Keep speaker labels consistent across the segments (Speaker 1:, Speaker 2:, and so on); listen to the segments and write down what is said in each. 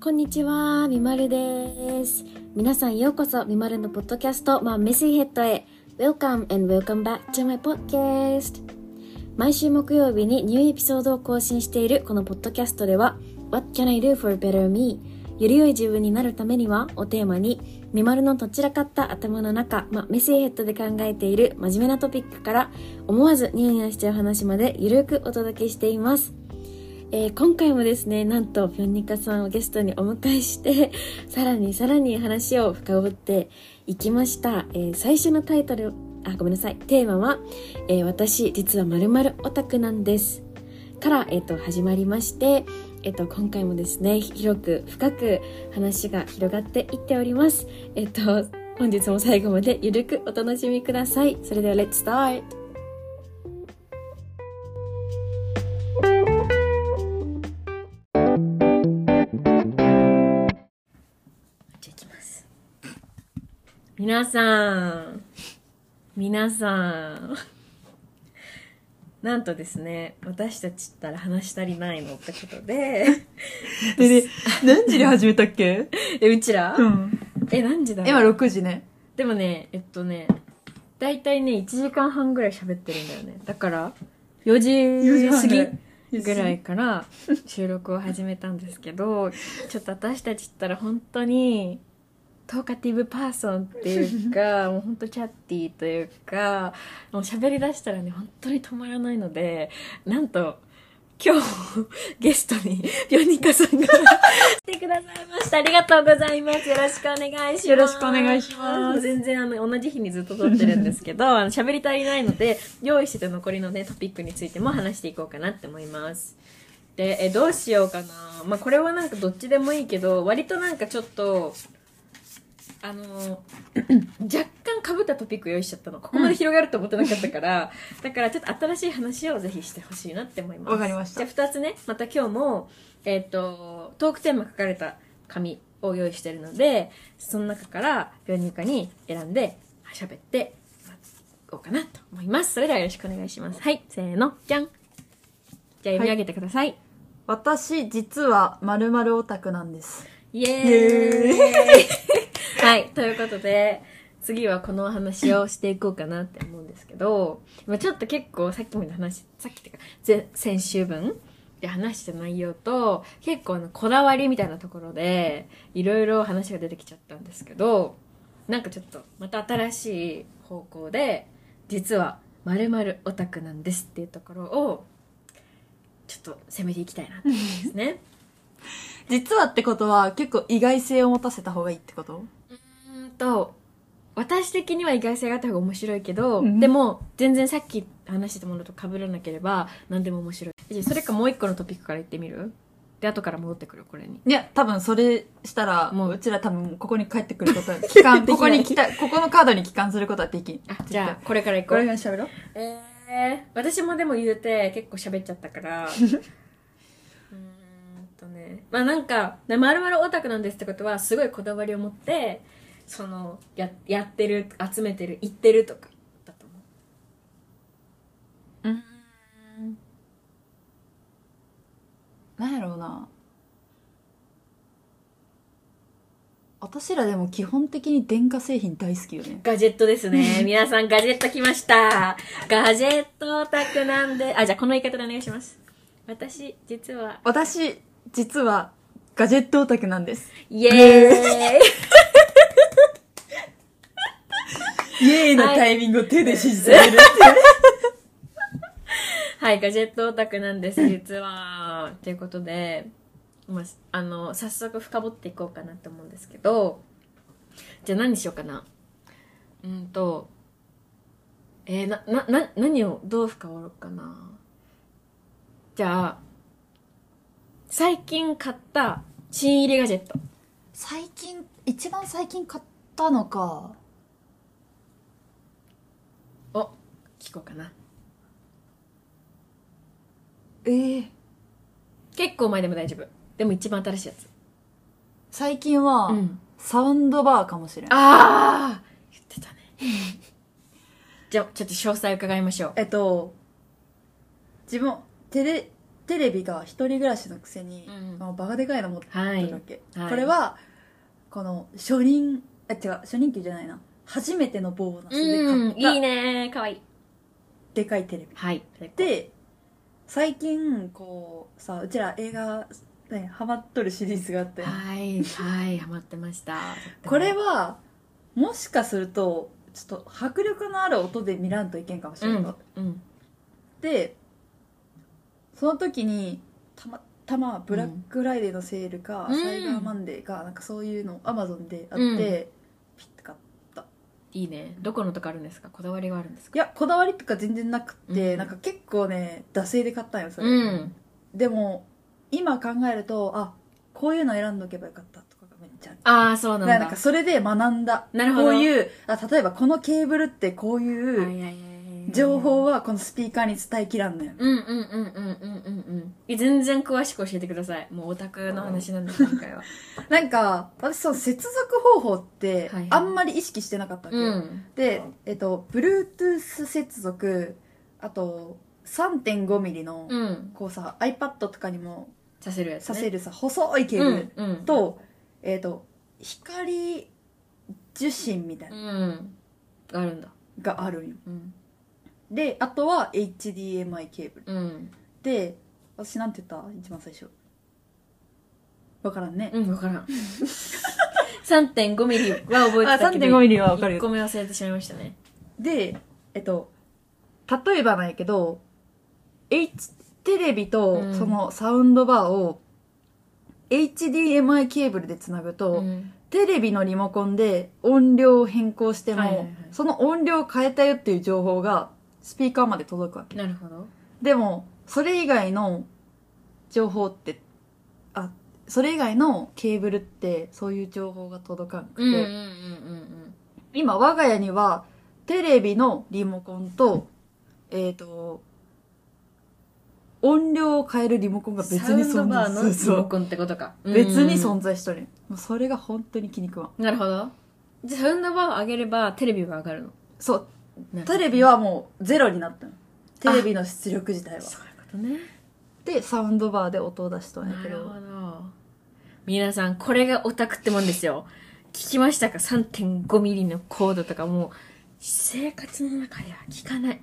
Speaker 1: こんにちは、みまるです。皆さんようこそみまるのポッドキャスト、まあ、メシヘッドへ。Welcome and welcome back to my podcast. 毎週木曜日にニューエピソードを更新しているこのポッドキャストでは What can I do for better me? より良い自分になるためにはをテーマにみまるのとちらかった頭の中、まあ、メシヘッドで考えている真面目なトピックから思わずニヤニヤしちゃう話までゆるくお届けしています。えー今回もですねなんとピョンニカさんをゲストにお迎えして さらにさらに話を深掘っていきました、えー最初のタイトルあごめんなさいテーマは、えー私実はまるオタクなんです」から、えー、と始まりまして、えー、と今回もですね広く深く話が広がっていっておりますえっ、と本日も最後までゆるくお楽しみくださいそれでは Let's start! じゃあいきます皆さん皆さんなんとですね私たちったら話したりないのってことで
Speaker 2: でね、何時に始めたっけ
Speaker 1: えうちら、
Speaker 2: ん。
Speaker 1: え何時だろう
Speaker 2: 今6時ね。
Speaker 1: でもねえっとね大体ね1時間半ぐらい喋ってるんだよねだから4時過ぎぐらいから収録を始めたんですけどちょっと私たちったら本当にトーカティブパーソンっていうかもう本当チャッティーというかもう喋りだしたらね本当に止まらないのでなんと今日ゲストにヨニカさんが来てくださいましたありがとうございますよろしくお願いします
Speaker 2: よろしくお願いします
Speaker 1: 全然あの同じ日にずっと撮ってるんですけどあの喋り足りないので用意してた残りのねトピックについても話していこうかなって思いますでえどうしようかなまあこれはなんかどっちでもいいけど割となんかちょっとあの 若干かぶったトピック用意しちゃったのここまで広がると思ってなかったから、だからちょっと新しい話をぜひしてほしいなって思います
Speaker 2: わかりました
Speaker 1: じゃあ2つねまた今日も、えっとトークテーマ書かれた紙を用意してるのでその中から病人科に選んで喋っておこうかなと思いますそれではよろしくお願いしますはいせーのじゃんじゃあ読み上げてください、
Speaker 2: 私、実は、まるオタクなんです。
Speaker 1: イエーイ
Speaker 2: イ
Speaker 1: はい、ということで、次はこのお話をしていこうかなって思うんですけど、まあちょっと結構さっきまで話し、さっきっていうか、ぜ先週分で話した内容と、結構あのこだわりみたいなところで、いろいろ話が出てきちゃったんですけど、なんかちょっとまた新しい方向で、実は〇〇オタクなんですっていうところを、ちょっと攻めていきたいなって思うんですね。
Speaker 2: 実はってことは、結構意外性を持たせた方がいいってこと
Speaker 1: うーんと私的には意外性があった方が面白いけど、
Speaker 2: うん
Speaker 1: でも全然さっき話してたものと被らなければ何でも面白いじゃあそれかもう一個のトピックから言ってみるで後から戻ってくるこれに
Speaker 2: いや、多分それしたら、
Speaker 1: も
Speaker 2: も
Speaker 1: う
Speaker 2: ううちら多分ここに帰ってくること は、帰還、
Speaker 1: できない
Speaker 2: ここに来た、ここのカードに帰還することはできん。
Speaker 1: あじゃあこれから行
Speaker 2: こ
Speaker 1: こ
Speaker 2: れ
Speaker 1: う
Speaker 2: が喋ろう。
Speaker 1: えー、私もでも言うて結構喋っちゃったから うーんとねまあなんか「まるまるオタクなんです」ってことはすごいこだわりを持ってそのややってる集めてる行ってるとかだと思う
Speaker 2: うん。なんやろうな。私らでも基本的に電化製品大好きよね。
Speaker 1: ガジェットですね。皆さんガジェット来ました。ガジェットオタクなんで、あ、じゃあこの言い方でお願いします。私、実は、
Speaker 2: 私、実は、ガジェットオタクなんです。
Speaker 1: イエーイ
Speaker 2: イエーイ
Speaker 1: のタ
Speaker 2: イミングを手で指示
Speaker 1: す
Speaker 2: る。
Speaker 1: はい、ガジェットオタクなんです、 実は。ということで、まあ、あの、早速深掘っていこうかなと思うんですけど、じゃあ何しようかな。うんと、えー、な、な、な、何を、どう深掘ろうかな。じゃあ、最近買った、新入りガジェット。
Speaker 2: 最近、一番最近買ったのか。
Speaker 1: を聞こうかな
Speaker 2: ええ
Speaker 1: 結構前でも大丈夫でも一番新しいやつ
Speaker 2: 最近は、
Speaker 1: うん
Speaker 2: サウンドバーかもしれん。
Speaker 1: ああ言って たねじゃあちょっと詳細伺いましょう
Speaker 2: えっと、自分、テレ、テレビが一人暮らしのくせに、
Speaker 1: うん
Speaker 2: もうバカでかいの持って
Speaker 1: は
Speaker 2: るわ
Speaker 1: い。
Speaker 2: け、
Speaker 1: はい
Speaker 2: これはこの初任あ違う初任給じゃないな初めてのボーナスで
Speaker 1: うん、
Speaker 2: 買った、
Speaker 1: いいねかわいい。
Speaker 2: でかいテレビ
Speaker 1: はい。で、
Speaker 2: で最近こうさうちら映画ねハマっとるシリーズがあって、
Speaker 1: はい、はい、ハマってました。
Speaker 2: これはもしかするとちょっと迫力のある音で見らんといけんかもし
Speaker 1: う
Speaker 2: れない、
Speaker 1: ん、うん。
Speaker 2: でその時にたまたまブラックフライデーのセールか、
Speaker 1: うん
Speaker 2: サイバーマンデーかなんかそういうのアマゾンであって、
Speaker 1: うん
Speaker 2: ピッて買っ
Speaker 1: いいね。どこのとかあるんですかこだわりはあるんです
Speaker 2: い
Speaker 1: か
Speaker 2: やこだわりとか全然なくて、
Speaker 1: うん
Speaker 2: なんか結構ね惰性で買ったんよそれ、
Speaker 1: うん。
Speaker 2: でも今考えるとあこういうの選んどけばよかったとかがめっちゃある
Speaker 1: ああ、そうな
Speaker 2: だか
Speaker 1: ん
Speaker 2: ら
Speaker 1: だ。
Speaker 2: なんかそれで学んだ
Speaker 1: なるほど
Speaker 2: こういうあ例えばこのケーブルってこういう、
Speaker 1: はいはいはい
Speaker 2: 情報はこのスピーカーに伝えきらんのよ、
Speaker 1: うんうんうんうんうんうんうんえ全然詳しく教えてくださいもうオタクの話なんです今回は
Speaker 2: なんか私その接続方法って
Speaker 1: はいはい
Speaker 2: あんまり意識してなかったわけ よ、
Speaker 1: うん
Speaker 2: でえっと Bluetooth 接続あと 3.5mm の、
Speaker 1: うん
Speaker 2: こうさ iPad とかにも
Speaker 1: させるやつ、ね、
Speaker 2: させるさ細いケー
Speaker 1: う
Speaker 2: ブ
Speaker 1: ん
Speaker 2: ル
Speaker 1: うん
Speaker 2: と、えっと光受信みたいうな
Speaker 1: んがあ
Speaker 2: の
Speaker 1: るんだ
Speaker 2: があるんよ
Speaker 1: うん
Speaker 2: であとは HDMI ケーブル
Speaker 1: うん、
Speaker 2: で私なんて言った一番最初わからんね、
Speaker 1: うん、分からん3.5ミリは覚えてたけど
Speaker 2: ミリはわ
Speaker 1: 1個目忘れてしまいましたね
Speaker 2: で、えっと、例えばなんやけど、H、テレビと
Speaker 1: うん
Speaker 2: そのサウンドバーを HDMI ケーブルでつなぐと、
Speaker 1: ん
Speaker 2: テレビのリモコンで音量を変更しても、
Speaker 1: はいはいはい
Speaker 2: その音量を変えたよっていう情報がスピーカーまで届くわけ。
Speaker 1: なるほど
Speaker 2: でも、それ以外の情報って、あ、それ以外のケーブルってそういう情報が届かなくて、
Speaker 1: うんうんうんうん
Speaker 2: 今我が家にはテレビのリモコンとえっ、と音量を変えるリモコン
Speaker 1: う
Speaker 2: が
Speaker 1: ん
Speaker 2: 別に
Speaker 1: サウ
Speaker 2: 存
Speaker 1: ンドバー
Speaker 2: 在そ
Speaker 1: の
Speaker 2: うそ
Speaker 1: リモ
Speaker 2: う
Speaker 1: コンってことか
Speaker 2: 別に
Speaker 1: うん
Speaker 2: 存在しとるもうそれが本当に気に食わん
Speaker 1: なるほどじゃあサウンドバーを上げればテレビは上がるの
Speaker 2: そう
Speaker 1: なるほど
Speaker 2: テレビはもうゼロになったのテレビの出力自体は
Speaker 1: そういうことね
Speaker 2: でサウンドバーで音を出しとんや
Speaker 1: な
Speaker 2: け
Speaker 1: る
Speaker 2: ど
Speaker 1: ほど皆さんこれがオタクってもんですよ聞きましたか3.5ミリのコードとかもう生活の中では聞かない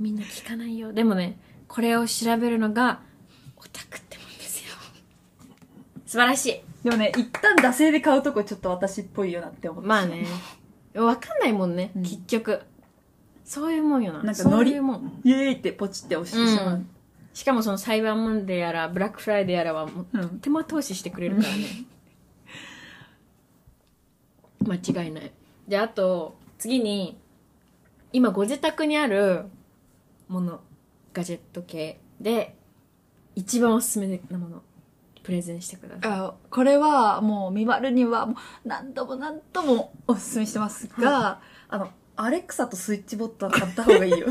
Speaker 1: みんな聞かないよでもねこれを調べるのがオタクってもんですよ素晴らしい
Speaker 2: でもね一旦惰性で買うとこちょっと私っぽいよなって思って
Speaker 1: まあねわかんないもんね、
Speaker 2: うん
Speaker 1: 結局そういうもんよな
Speaker 2: なんか
Speaker 1: そ
Speaker 2: ノ
Speaker 1: う
Speaker 2: リ
Speaker 1: いうもん
Speaker 2: イエーイってポチって押してしまう、
Speaker 1: しかもその裁判問題やらブラックフライデーやらはもう
Speaker 2: うん
Speaker 1: 手間投資してくれる からね間違いないであと次に今ご自宅にあるものガジェット系で一番おすすめなものプレゼンしてください
Speaker 2: あこれはもうみまるにはもう何度も何度もおすすめしてますが、あのアレクサとスイッチボットは買った方がい いよ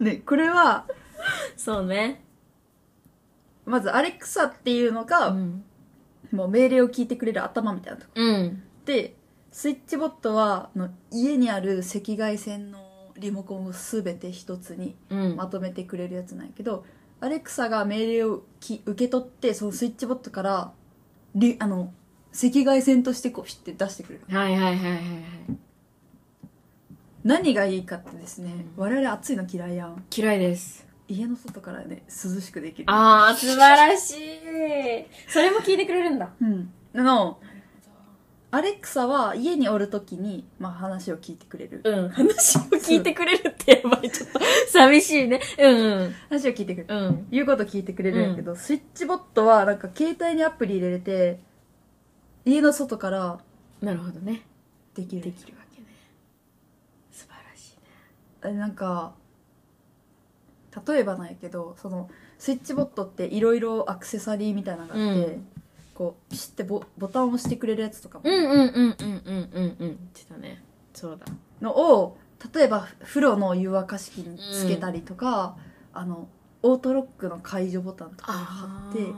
Speaker 2: ねこれは
Speaker 1: そうね
Speaker 2: まずアレクサっていうの
Speaker 1: う
Speaker 2: が、
Speaker 1: ん、
Speaker 2: もう命令を聞いてくれる頭みたいなとこ
Speaker 1: うん、
Speaker 2: でスイッチボットはあの家にある赤外線のリモコンを全て一つに
Speaker 1: うん
Speaker 2: まとめてくれるやつなんやけど、アレクサが命令をき受け取ってそのスイッチボットからりあの赤外線としてこうシュッて出してくれる
Speaker 1: はいはいはいはいはい
Speaker 2: 何がいいかってですね、
Speaker 1: う
Speaker 2: 我々暑いの嫌いやん
Speaker 1: 嫌いです
Speaker 2: 家の外からね涼しくできる
Speaker 1: ああ素晴らしいそれも聞いてくれるんだ
Speaker 2: うんあのアレクサは家におるときに、まあ、話を聞いてくれる
Speaker 1: うん話を聞いてくれるってやばいちょっと寂しいねうんうん
Speaker 2: 話を聞いてくれる
Speaker 1: うん
Speaker 2: 言うこと聞いてくれるんやけど、スイッチボットはなんか携帯にアプリ入れれて家の外から
Speaker 1: なるほどね
Speaker 2: できる
Speaker 1: できるわけね素晴らしいね
Speaker 2: えなんか例えばなんやけどそのスイッチボットっていろいろアクセサリーみたいなのがあって、
Speaker 1: うん
Speaker 2: こうピシッてボボタンを押してくれるやつとかも、
Speaker 1: うんうんうんうんうんうんうんってたねそうだ
Speaker 2: のを例えば風呂の湯沸かし器につけたりとか、あのオートロックの解除ボタンとかに貼って、
Speaker 1: で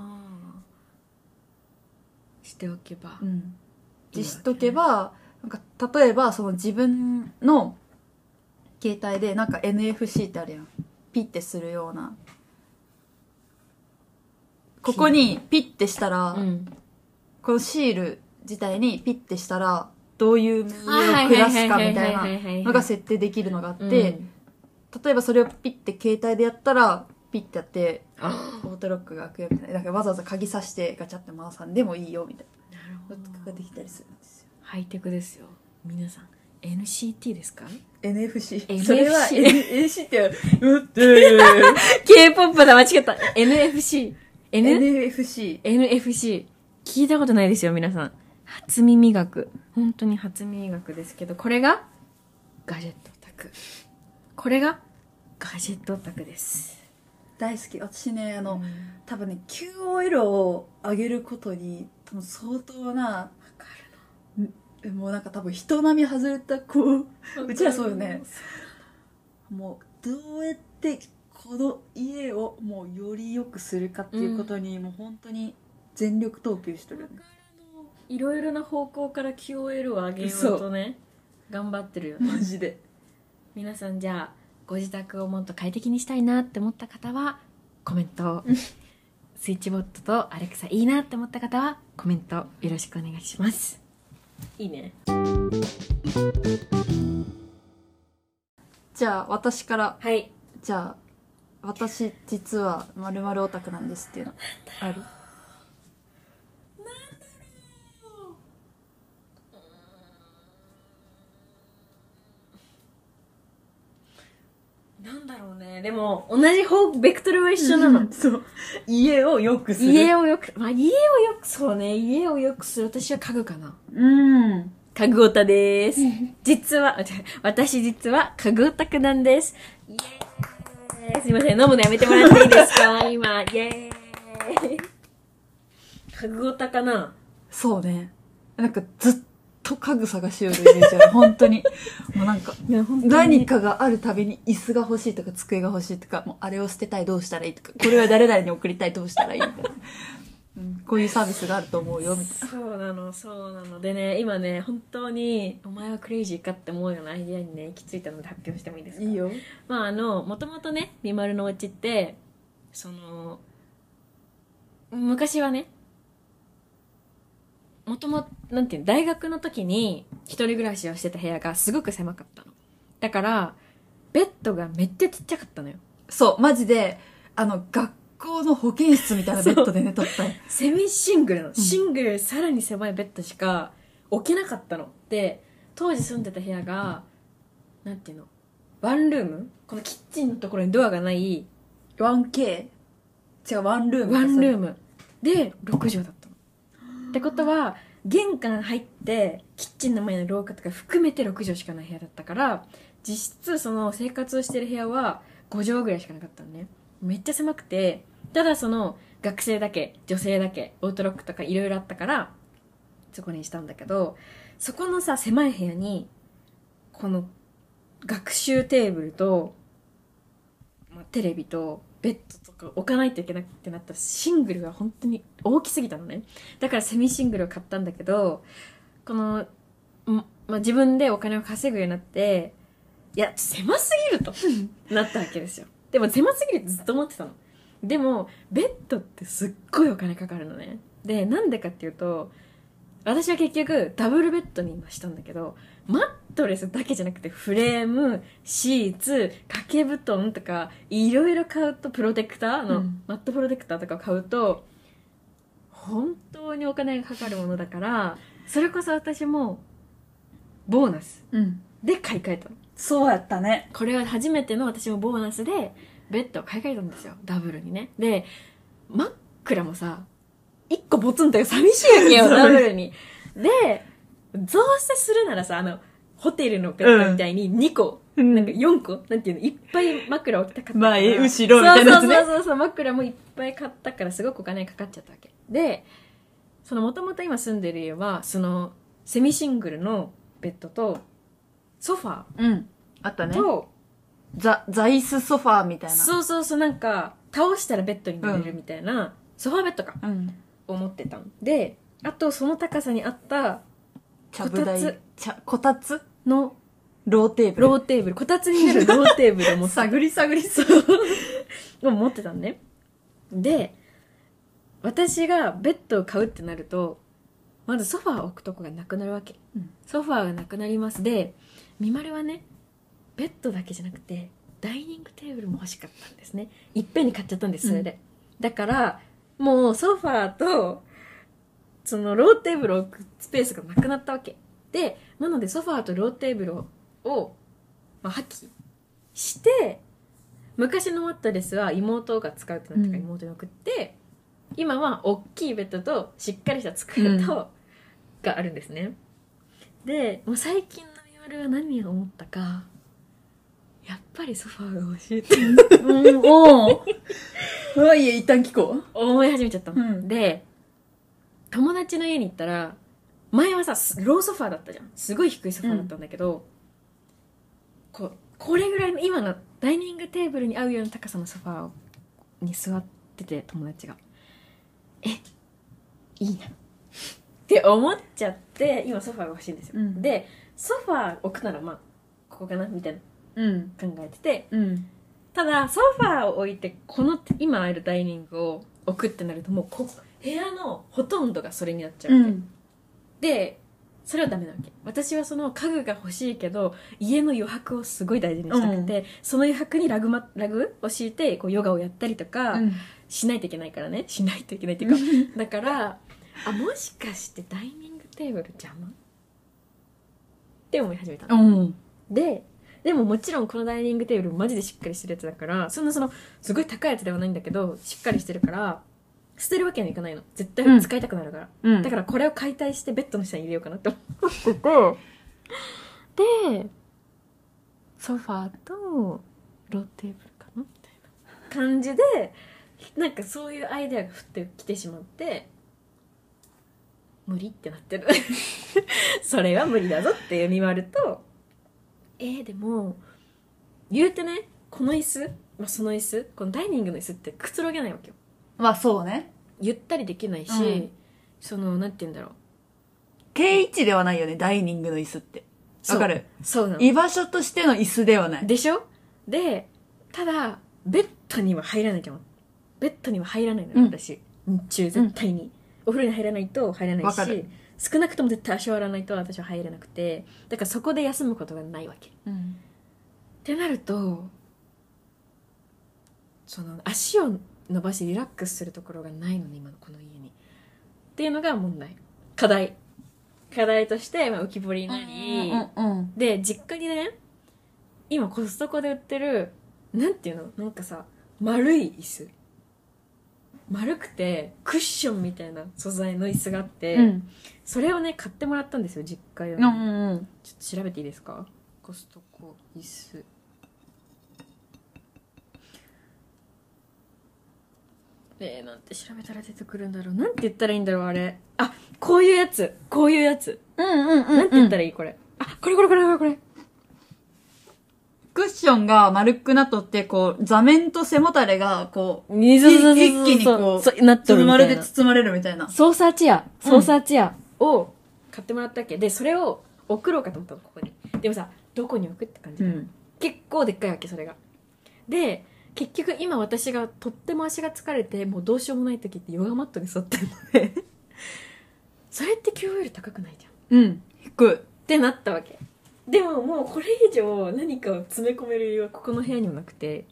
Speaker 1: しておけば
Speaker 2: うん、でしとけばなんか例えばその自分の携帯でなんか NFC ってあるやんピッてするようなここにピッてしたら、
Speaker 1: うん。
Speaker 2: このシール自体にピッてしたら、どういう目を下すかみたいなのが設定できるのがあって、例えばそれをピッて携帯でやったら、ピッてやって、
Speaker 1: あ
Speaker 2: オートロックが開くよみたいな。だからわざわざ鍵さしてガチャって回さんでもいいよみたい
Speaker 1: なる
Speaker 2: な。ことができたりするんですよ。
Speaker 1: ハイテクですよ。皆さん、NCT です か
Speaker 2: NFC。
Speaker 1: NFC
Speaker 2: それは NFC って、うって
Speaker 1: ?K-POP だ、間違った。NFC。N?
Speaker 2: NFC。
Speaker 1: NFC。聞いたことないですよ、皆さん。初耳学。本当に初耳学ですけど、これが、ガジェットオタク。これが、ガジェットオタクです。
Speaker 2: 大好き。私ね、あ
Speaker 1: あ
Speaker 2: の、多分ね、QOL を上げることに、多分相当な、んもうなんか多分人並み外れた、こう、うちらそうよね。もう、どうやってこの家をもうより良くするかっていうことに、もう本当に全力投球してるよね。
Speaker 1: いろいろな方向から QOL を上げようとね頑張ってるよね
Speaker 2: マジで。
Speaker 1: 皆さんじゃあご自宅をもっと快適にしたいなって思った方はコメントをスイッチボットとアレクサいいなって思った方はコメントよろしくお願いしますいいね
Speaker 2: じゃあ、私から、
Speaker 1: はい
Speaker 2: じゃあ、私、実は、まるオタクなんですっていうの。ある
Speaker 1: なんだろうねでも同じ方ベクトルは一緒なの
Speaker 2: そう。家を良くする。
Speaker 1: 家をよく、まあ、家をよくそうね家をよくする私は家具かな
Speaker 2: うん。
Speaker 1: 家具オタです。実は、あ違う私実は家具オタクなんです。イエーイすいません、飲むのやめてもらっていいです か今、イエーイ家具オタかな
Speaker 2: そうね。なんか、ずっと家具探しよるイメージ ある。本当に。もうなんか、
Speaker 1: いや、本
Speaker 2: 何かがあるたびに椅子が欲しいとか机が欲しいとか、もうあれを捨てたいどうしたらいいとか、これは誰々に送りたいどうしたらいい みたいな。うん、こういうサービスがあると思うよ、みたいな。
Speaker 1: そうなの、そうなの。でね、今ね、本当に、お前はクレイジーかって思うようなアイディアにね、行き着いたので発表してもいいですか
Speaker 2: よ。
Speaker 1: まああのもともとね美丸のお家ってその昔はねもともなんていうの大学の時に一人暮らしをしてた部屋がすごく狭かったのだからベッドがめっちゃちっちゃかったのよ
Speaker 2: そう、マジで、あの、学校の保健室みたいなベッドで寝とったよ。
Speaker 1: セミシングルなのシングルよりさらに狭いベッドしか置けなかったので当時住んでた部屋がなんていうのワンルームこのキッチンのところにドアがない
Speaker 2: 1K? 違う、ワンルーム。
Speaker 1: ワンルー
Speaker 2: ム。
Speaker 1: ムで6畳だったの。ってことは玄関入ってキッチンの前の廊下とか含めて6畳しかない部屋だったから実質その生活をしてる部屋は5畳ぐらいしかなかったのねめっちゃ狭くてただその学生だけ女性だけオートロックとかいろいろあったからそこにしたんだけどそこのさ狭い部屋にこの学習テーブルと、まあ、テレビとベッドとか置かないといけなくてなったらシングルが本当に大きすぎたのねだからセミシングルを買ったんだけどこの、んまあ、自分でお金を稼ぐようになっていや狭すぎるとなったわけですよでも狭すぎるってずっと思ってたのでもベッドってすっごいお金かかるのねでなんでかっていうと私は結局ダブルベッドに今したんだけどマットレスだけじゃなくてフレームシーツ掛け布団とかいろいろ買うとプロテクターあの、
Speaker 2: うん
Speaker 1: マットプロテクターとかを買うと本当にお金がかかるものだからそれこそ私もボーナス
Speaker 2: うん。
Speaker 1: で買い替えたの
Speaker 2: そうやったね。
Speaker 1: これは初めての私もボーナスでベッドを買い替えたんですよダブルにねで枕もさ一個ボツンと寂しいわけよ
Speaker 2: そう
Speaker 1: ダブルにで増設するならさあのホテルのベッドみたいに2個、
Speaker 2: なん
Speaker 1: なんか、4個なんていうのいっぱい枕置きたかったから
Speaker 2: 前後ろみたいなやつね
Speaker 1: そうそうそうそう枕もいっぱい買ったからすごくお金かかっちゃったわけでそのもともと今住んでる家はそのセミシングルのベッドとソファ
Speaker 2: うん。あった
Speaker 1: ー
Speaker 2: ね。
Speaker 1: と、
Speaker 2: ザ、ザイスソファーみたいな。
Speaker 1: そうそうそうなんか倒したらベッドになれるみたいな、ソファーベッドか
Speaker 2: うん。
Speaker 1: 思ってたんであとその高さにあった
Speaker 2: ちゃぶ
Speaker 1: こた
Speaker 2: 台
Speaker 1: つ。
Speaker 2: ちゃ、こたつ
Speaker 1: の
Speaker 2: ローテーブル。
Speaker 1: ローテーブルこたつになるローテーブルを持って
Speaker 2: 探り探 り
Speaker 1: そうを持ってたんねで私がベッドを買うってなるとまずソファーを置くとこがなくなるわけ、
Speaker 2: うん
Speaker 1: ソファーがなくなりますでみまるはねベッドだけじゃなくてダイニングテーブルも欲しかったんですねいっぺんに買っちゃったんですそれで、だからもうソファーとそのローテーブルを置くスペースがなくなったわけでなのでソファーとローテーブルをを、まあ、破棄して昔のマットレスは妹が使うってなったから
Speaker 2: うん
Speaker 1: 妹に送って、今は大きいベッドとしっかりした机と、
Speaker 2: う
Speaker 1: があるんですねでもう最近のミオルは何を思ったかやっぱりソファーが欲しい って
Speaker 2: うん、おうわ、いえ、一旦聞こ
Speaker 1: 思い始めちゃったの、
Speaker 2: うん
Speaker 1: で友達の家に行ったら前はさすローソファーだったじゃんすごい低いソファーだったんだけど、ここれぐらいの今のダイニングテーブルに合うような高さのソファーに座ってて友達がえいいなって思っちゃって今ソファーが欲しいんですよ、
Speaker 2: うん
Speaker 1: でソファー置くならまあここかなみたいな
Speaker 2: う。うん。
Speaker 1: 考えてて
Speaker 2: うん。
Speaker 1: ただソファーを置いてこの今あるダイニングを置くってなるともうこ部屋のほとんどがそれになっちゃう
Speaker 2: う
Speaker 1: わけ、
Speaker 2: ん。
Speaker 1: でそれはダメなわけ私はその家具が欲しいけど家の余白をすごい大事にしたくて、その余白にラグ,、ま、ラグを敷いてこうヨガをやったりとかしないといけないからねしないといけないっていうか、だからあもしかしてダイニングテーブル邪魔って思い始めたの
Speaker 2: うん。
Speaker 1: ででももちろんこのダイニングテーブルマジでしっかりしてるやつだからそんなそのすごい高いやつではないんだけどしっかりしてるから捨てるわけにはいかないの絶対使いたくなるから、
Speaker 2: うん。、
Speaker 1: だかららこれを解体してベッドの下に入れようかなって思
Speaker 2: ここ。
Speaker 1: ってでソファーとローテーブルかなみたいな感じでなんかそういうアイデアが降ってきてしまって無理ってなってる それは無理だぞっていうにまるとえー、でも言うてねこの椅子、まあ、その椅子このダイニングの椅子ってくつろげないわけよ
Speaker 2: まあ、そうね。
Speaker 1: ゆったりできないし、
Speaker 2: うん
Speaker 1: そのなんて言うんだろう
Speaker 2: 定位置ではないよね、ダイニングの椅子って。
Speaker 1: そう
Speaker 2: わかる
Speaker 1: そうなの
Speaker 2: 居場所としての椅子ではない。
Speaker 1: でしょでただベッドには入らないと思うベッドには入らないのよ、
Speaker 2: うん
Speaker 1: 私日中絶対に、お風呂に入らないと入らない
Speaker 2: わか
Speaker 1: し
Speaker 2: る
Speaker 1: 少なくとも絶対足を洗わないと私は入れなくてだからそこで休むことがないわけっ
Speaker 2: うん。
Speaker 1: てなるとその足を伸ばしリラックスするところがないのね今のこの家にっていうのが問題課題課題として、まあ、浮き彫りになり、
Speaker 2: うん。うん。
Speaker 1: で実家にね今コストコで売ってるなんていうのなんかさ丸い椅子丸くてクッションみたいな素材の椅子があって、
Speaker 2: うん。
Speaker 1: それをね買ってもらったんですよ実家用
Speaker 2: う
Speaker 1: に、
Speaker 2: ん。うん。
Speaker 1: ちょっと調べていいですかコストコ椅子えー、なんて調べたら出てくるんだろうなんて言ったらいいんだろうあれあこういうやつこういうやつ
Speaker 2: うん。うん。
Speaker 1: なんて言った
Speaker 2: ら
Speaker 1: らいいこれあこれこれこれこれこれ
Speaker 2: クッションが丸くなっとって、こう、座面と背もたれが、こう、
Speaker 1: 一
Speaker 2: 一気にこう
Speaker 1: なっと
Speaker 2: そ
Speaker 1: るみた
Speaker 2: の丸
Speaker 1: い
Speaker 2: で
Speaker 1: な
Speaker 2: 包まれるみたいな。
Speaker 1: ソーサーチェア
Speaker 2: うん
Speaker 1: ソーサーチェアを買ってもらったっけでそれを送ろうかと思ったのここにでもさどこに置くって感じ、
Speaker 2: ん。
Speaker 1: 結構でっかいわけそれがで結局今私がとっても足が疲れてもうどうしようもない時ってヨガマットに沿ってるのでそれって QOL 高くないじゃん
Speaker 2: うん。低い。
Speaker 1: ってなったわけでももうこれ以上何かを詰め込める理由はここの部屋にもなくてっ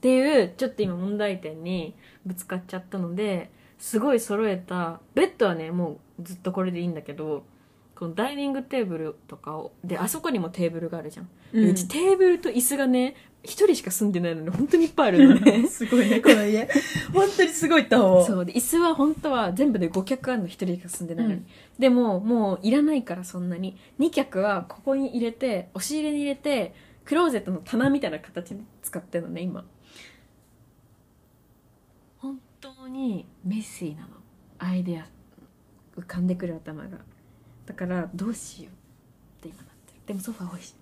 Speaker 1: ていうちょっと今問題点にぶつかっちゃったのですごい揃えたベッドはねもうずっとこれでいいんだけどこのダイニングテーブルとかをであそこにもテーブルがあるじゃん、う
Speaker 2: うん
Speaker 1: ちテーブルと椅子がね一人しか住んでないのに本当にいっぱいある のね
Speaker 2: すごいね、この家。本当にすごいと思う。
Speaker 1: そうで椅子は本当は全部で5脚あるの一人しか住んでないのに、
Speaker 2: うん
Speaker 1: でももういらないからそんなに2脚はここに入れて押し入れに入れてクローゼットの棚みたいな形で使ってるのね今本当にメッシーなのアイデア浮かんでくる頭がだからどうしようって今なってるでもソファー欲しい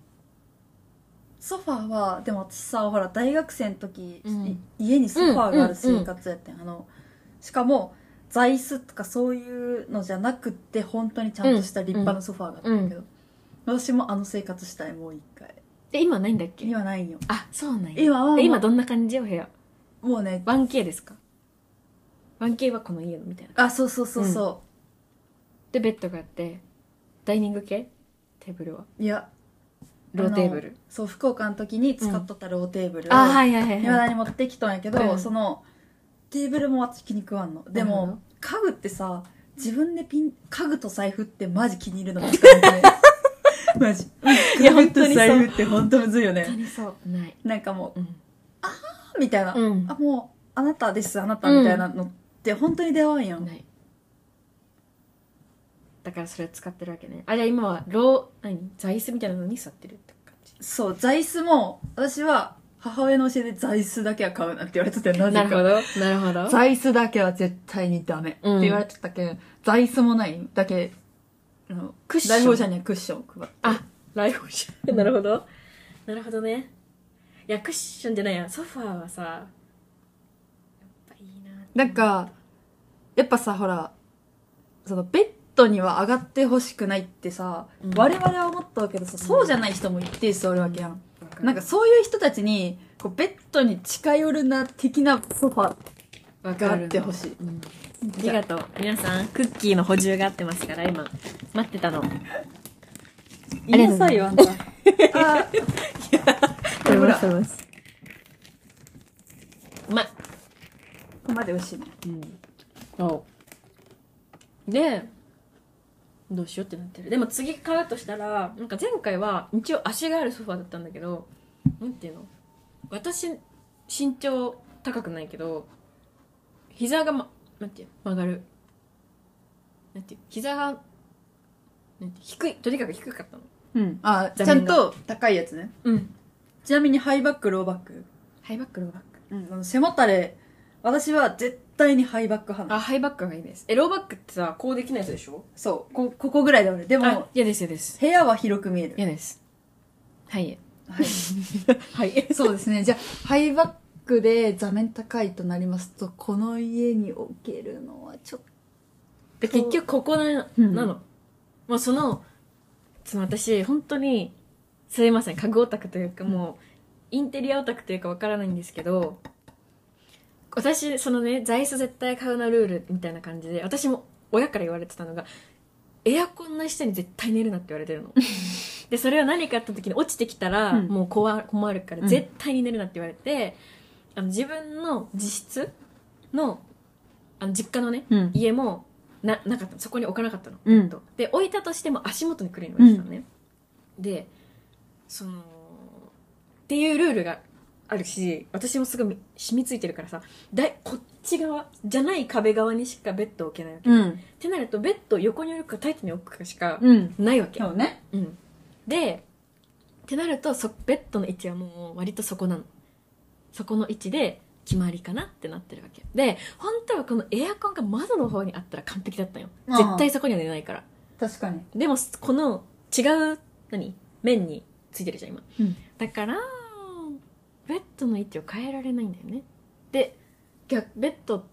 Speaker 2: ソファーは、でも私さ、ほら、大学生の時、
Speaker 1: うん
Speaker 2: い家にソファーがある生活やってん。あの、しかも、座椅子とかそういうのじゃなくって、本当にちゃんとした立派なソファーがあったんだけど、私もあの生活したい、もう一回。
Speaker 1: で今ないんだっけ
Speaker 2: 今ないよ。
Speaker 1: あそうなんや
Speaker 2: 今はもう
Speaker 1: で今どんな感じよ部屋
Speaker 2: もうね、
Speaker 1: 1K ですか 1K はこの家のみたいな
Speaker 2: あそうそうそうそ
Speaker 1: でベッドがあってダイニング系テーブルは
Speaker 2: う、いや
Speaker 1: ローテーブル
Speaker 2: あのそう福岡の時に使っとったローテーブルを
Speaker 1: あはいはいはい
Speaker 2: 未
Speaker 1: はい
Speaker 2: だに持ってきたんやけど、
Speaker 1: うん
Speaker 2: そのテーブルも私気に食わんので
Speaker 1: なるほ
Speaker 2: も
Speaker 1: ど
Speaker 2: 家具ってさ自分でピン家具と財布ってマジ気に入るのが一 番ないマジ
Speaker 1: いや
Speaker 2: 家具と
Speaker 1: 本当にそう
Speaker 2: 財布って本当むずいよ
Speaker 1: 本当
Speaker 2: ね
Speaker 1: にそうない
Speaker 2: なんかもう
Speaker 1: うん
Speaker 2: 「みたいな「
Speaker 1: うん
Speaker 2: あもうあなたですあなた」みたいなのって本当に出会わんやん、
Speaker 1: ないだからそれを使ってるわけねあじゃあ今はロー何座椅子みたいなのに座ってるって感じ
Speaker 2: そう座椅子も私は母親の教えで座椅子だけは買うなって言われててなぜ
Speaker 1: な
Speaker 2: か
Speaker 1: るほどなるほど
Speaker 2: 座椅子だけは絶対にダメって
Speaker 1: うん
Speaker 2: 言われてたけど、座椅子もないだけあの
Speaker 1: クッション
Speaker 2: 来訪者にはクッションを配って
Speaker 1: あライフじゃんなるほどなるほどねいやクッションじゃないやソファーはさやっぱいいな
Speaker 2: なんかやっぱさほらそのベッドには上がってほしくないってさ、
Speaker 1: うん
Speaker 2: 我々は思ったけどさそうじゃない人も一定数おるわけやん、
Speaker 1: わかる
Speaker 2: なんかそういう人たちにこうベッドに近寄るな的なソファ
Speaker 1: わか
Speaker 2: があ
Speaker 1: る
Speaker 2: ってほしい
Speaker 1: うんありがとう皆さんクッキーの補充があってますから今待ってたの
Speaker 2: 言いなさいよあ んたあーほらこ
Speaker 1: ますうまい
Speaker 2: こまで美味しいね
Speaker 1: うんそうでどうしようってなってるでも次買うとしたらなんか前回は一応足があるソファーだったんだけどなんていうの私身長高くないけど膝が、ま、なんていうの曲がるなんていう膝がなんていう低いとにかく低かったの
Speaker 2: うんあー
Speaker 1: 座
Speaker 2: ちゃ
Speaker 1: 面
Speaker 2: ん
Speaker 1: が
Speaker 2: と高いやつね
Speaker 1: うん
Speaker 2: ちなみにハイバック、ローバック。
Speaker 1: ハイバックローバック
Speaker 2: うん、あの背もたれ、私は絶対にハイバック派な
Speaker 1: あ
Speaker 2: の。
Speaker 1: ハイバックがいいですえローバックってさこうできないやつでしょ
Speaker 2: そう、こ、ここぐらいで俺。で
Speaker 1: あ
Speaker 2: も、
Speaker 1: 嫌です嫌です
Speaker 2: 部屋は広く見える。
Speaker 1: 嫌ですはい
Speaker 2: はい、
Speaker 1: はい
Speaker 2: そうですね。じゃあ、ハイバックで座面高いとなりますと、この家に置けるのはちょっ
Speaker 1: で結局ここな,、
Speaker 2: うん
Speaker 1: なのもうそのその私本当にすいません家具オタクというかもうインテリアオタクというかわからないんですけど私そのね座椅子絶対買うなルールみたいな感じで私も親から言われてたのがエアコンの下に絶対寝るなって言われて るのでそれは何かあった時に落ちてきたら、
Speaker 2: うん
Speaker 1: もう困困るから
Speaker 2: うん
Speaker 1: 絶対に寝るなって言われて、あの自分の自室のあの実家のね
Speaker 2: と。うん。
Speaker 1: 家もななかったのそこに置かなかったの、
Speaker 2: うん
Speaker 1: ベッドで置いたとしても足元に来るように置いてたのね、でそのっていうルールがあるし私もすごい染みついてるからさだいこっち側じゃない壁側にしかベッドを置けないわけ、
Speaker 2: う
Speaker 1: っ
Speaker 2: ん。
Speaker 1: てなるとベッドを横に置くかタイトに置くかしか
Speaker 2: うん。
Speaker 1: ないわけ、
Speaker 2: 今日ね。
Speaker 1: うん、でってなるとそベッドの位置はもう割とそこなのそこの位置で決まりかなってなってるわけで本当はこのエアコンが窓の方にあったら完璧だったよ
Speaker 2: ああ
Speaker 1: 絶対そこには寝ないから
Speaker 2: 確かに。
Speaker 1: でもこの違う何面についてるじゃん今、
Speaker 2: うん
Speaker 1: だからベッドの位置を変えられないんだよねで逆ベッド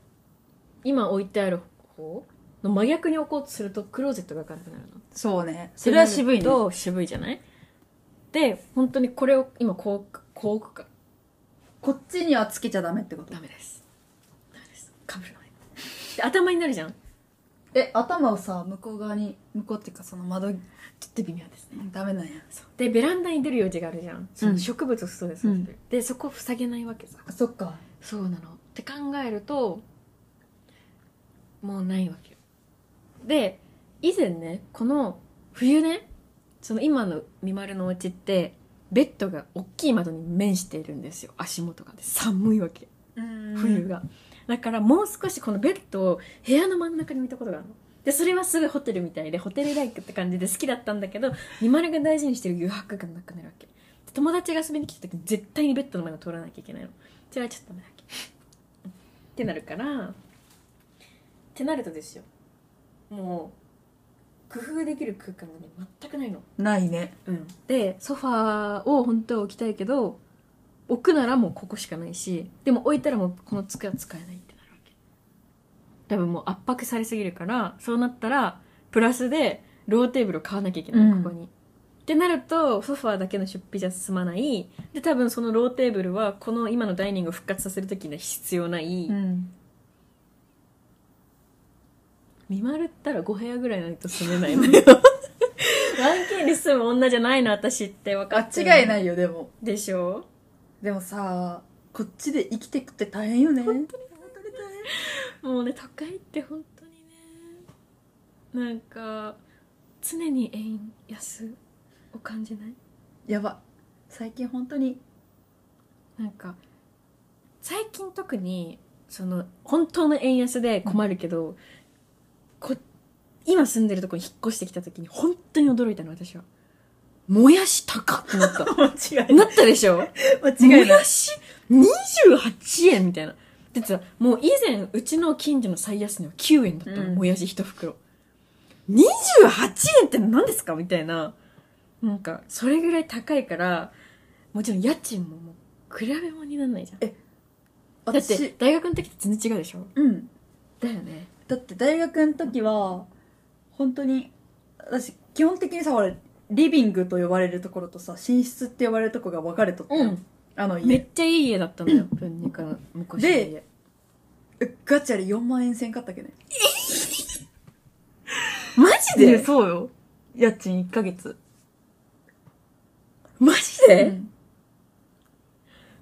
Speaker 1: 今置いてある方の真逆に置こうとするとクローゼットが開かなくなるの
Speaker 2: そうね。それは渋いね。
Speaker 1: と渋いじゃないで本当にこれを今こう置くこう置くか
Speaker 2: こっちにはつけちゃダメってこと
Speaker 1: ダメですダメですかぶらないで頭になるじゃんちょ
Speaker 2: え、頭をさ、向こう側に、向こうっていうかその窓、
Speaker 1: っと微妙ですね
Speaker 2: ダメなんや。
Speaker 1: そうでベランダに出る余地があるじゃんその植物を外で育てる、でそこを塞げないわけさ
Speaker 2: そっか。
Speaker 1: そうなのって考えるともうないわけよで以前ねこの冬ねその今のみまるのお家ってベッドが大きい窓に面しているんですよ足元がで寒いわけ
Speaker 2: うん
Speaker 1: 冬が、だからもう少しこのベッドを部屋の真ん中に置いたことがあるのでそれはすごいホテルみたいでホテルライクって感じで好きだったんだけどみまるが大事にしてる余白がなくなるわけで友達が遊びに来た時に絶対にベッドの前を通らなきゃいけないのそれはちょっとダメだっけってなるからってなるとですよもう工夫できる空間がね全くないの
Speaker 2: ないね。
Speaker 1: でソファーを本当は置きたいけど置くならもうここしかないしでも置いたらもうこの机は使えないってなるわけ多分もう圧迫されすぎるからそうなったらプラスでローテーブルを買わなきゃいけない、
Speaker 2: うん
Speaker 1: ここにってなるとソファーだけの出費じゃ済まないで多分そのローテーブルはこの今のダイニングを復活させる時には必要ない、
Speaker 2: ん。
Speaker 1: 見まるったら5部屋ぐらいないと住めない の 1K に住む女じゃないの私って分かってる
Speaker 2: 間違いないよでも
Speaker 1: でしょ
Speaker 2: でもさこっちで生きてくって大変よね本当に大変
Speaker 1: もうね都会って本当にねなんか常に円安を感じない
Speaker 2: やば最近本当に
Speaker 1: なんか最近特にその本当の円安で困るけど、こ今住んでるとこに引っ越してきた時に本当に驚いたの私はもやし高っってな った
Speaker 2: 間違
Speaker 1: なったでしょ
Speaker 2: 間違い
Speaker 1: も
Speaker 2: ない
Speaker 1: やし28円みたいなだってさもう以前うちの近所の最安値は9円だったの、
Speaker 2: うん
Speaker 1: もやし1袋28円って何ですかみたいななんかそれぐらい高いからもちろん家賃ももう比べ物にならないじゃんだっ
Speaker 2: 私
Speaker 1: て大学の時と全然違うでしょ
Speaker 2: うん
Speaker 1: だよね
Speaker 2: だって大学の時は本当に私基本的にさほらリビングと呼ばれるところとさ寝室って呼ばれるとこが分かれとったの、あの
Speaker 1: めっ
Speaker 2: 家
Speaker 1: ちゃいい家だったのよ文二から向越
Speaker 2: でえガチャで4万円せんかったっけね
Speaker 1: マ
Speaker 2: ジで
Speaker 1: そうよ
Speaker 2: 家賃1ヶ月
Speaker 1: マジ
Speaker 2: え、
Speaker 1: で、
Speaker 2: うん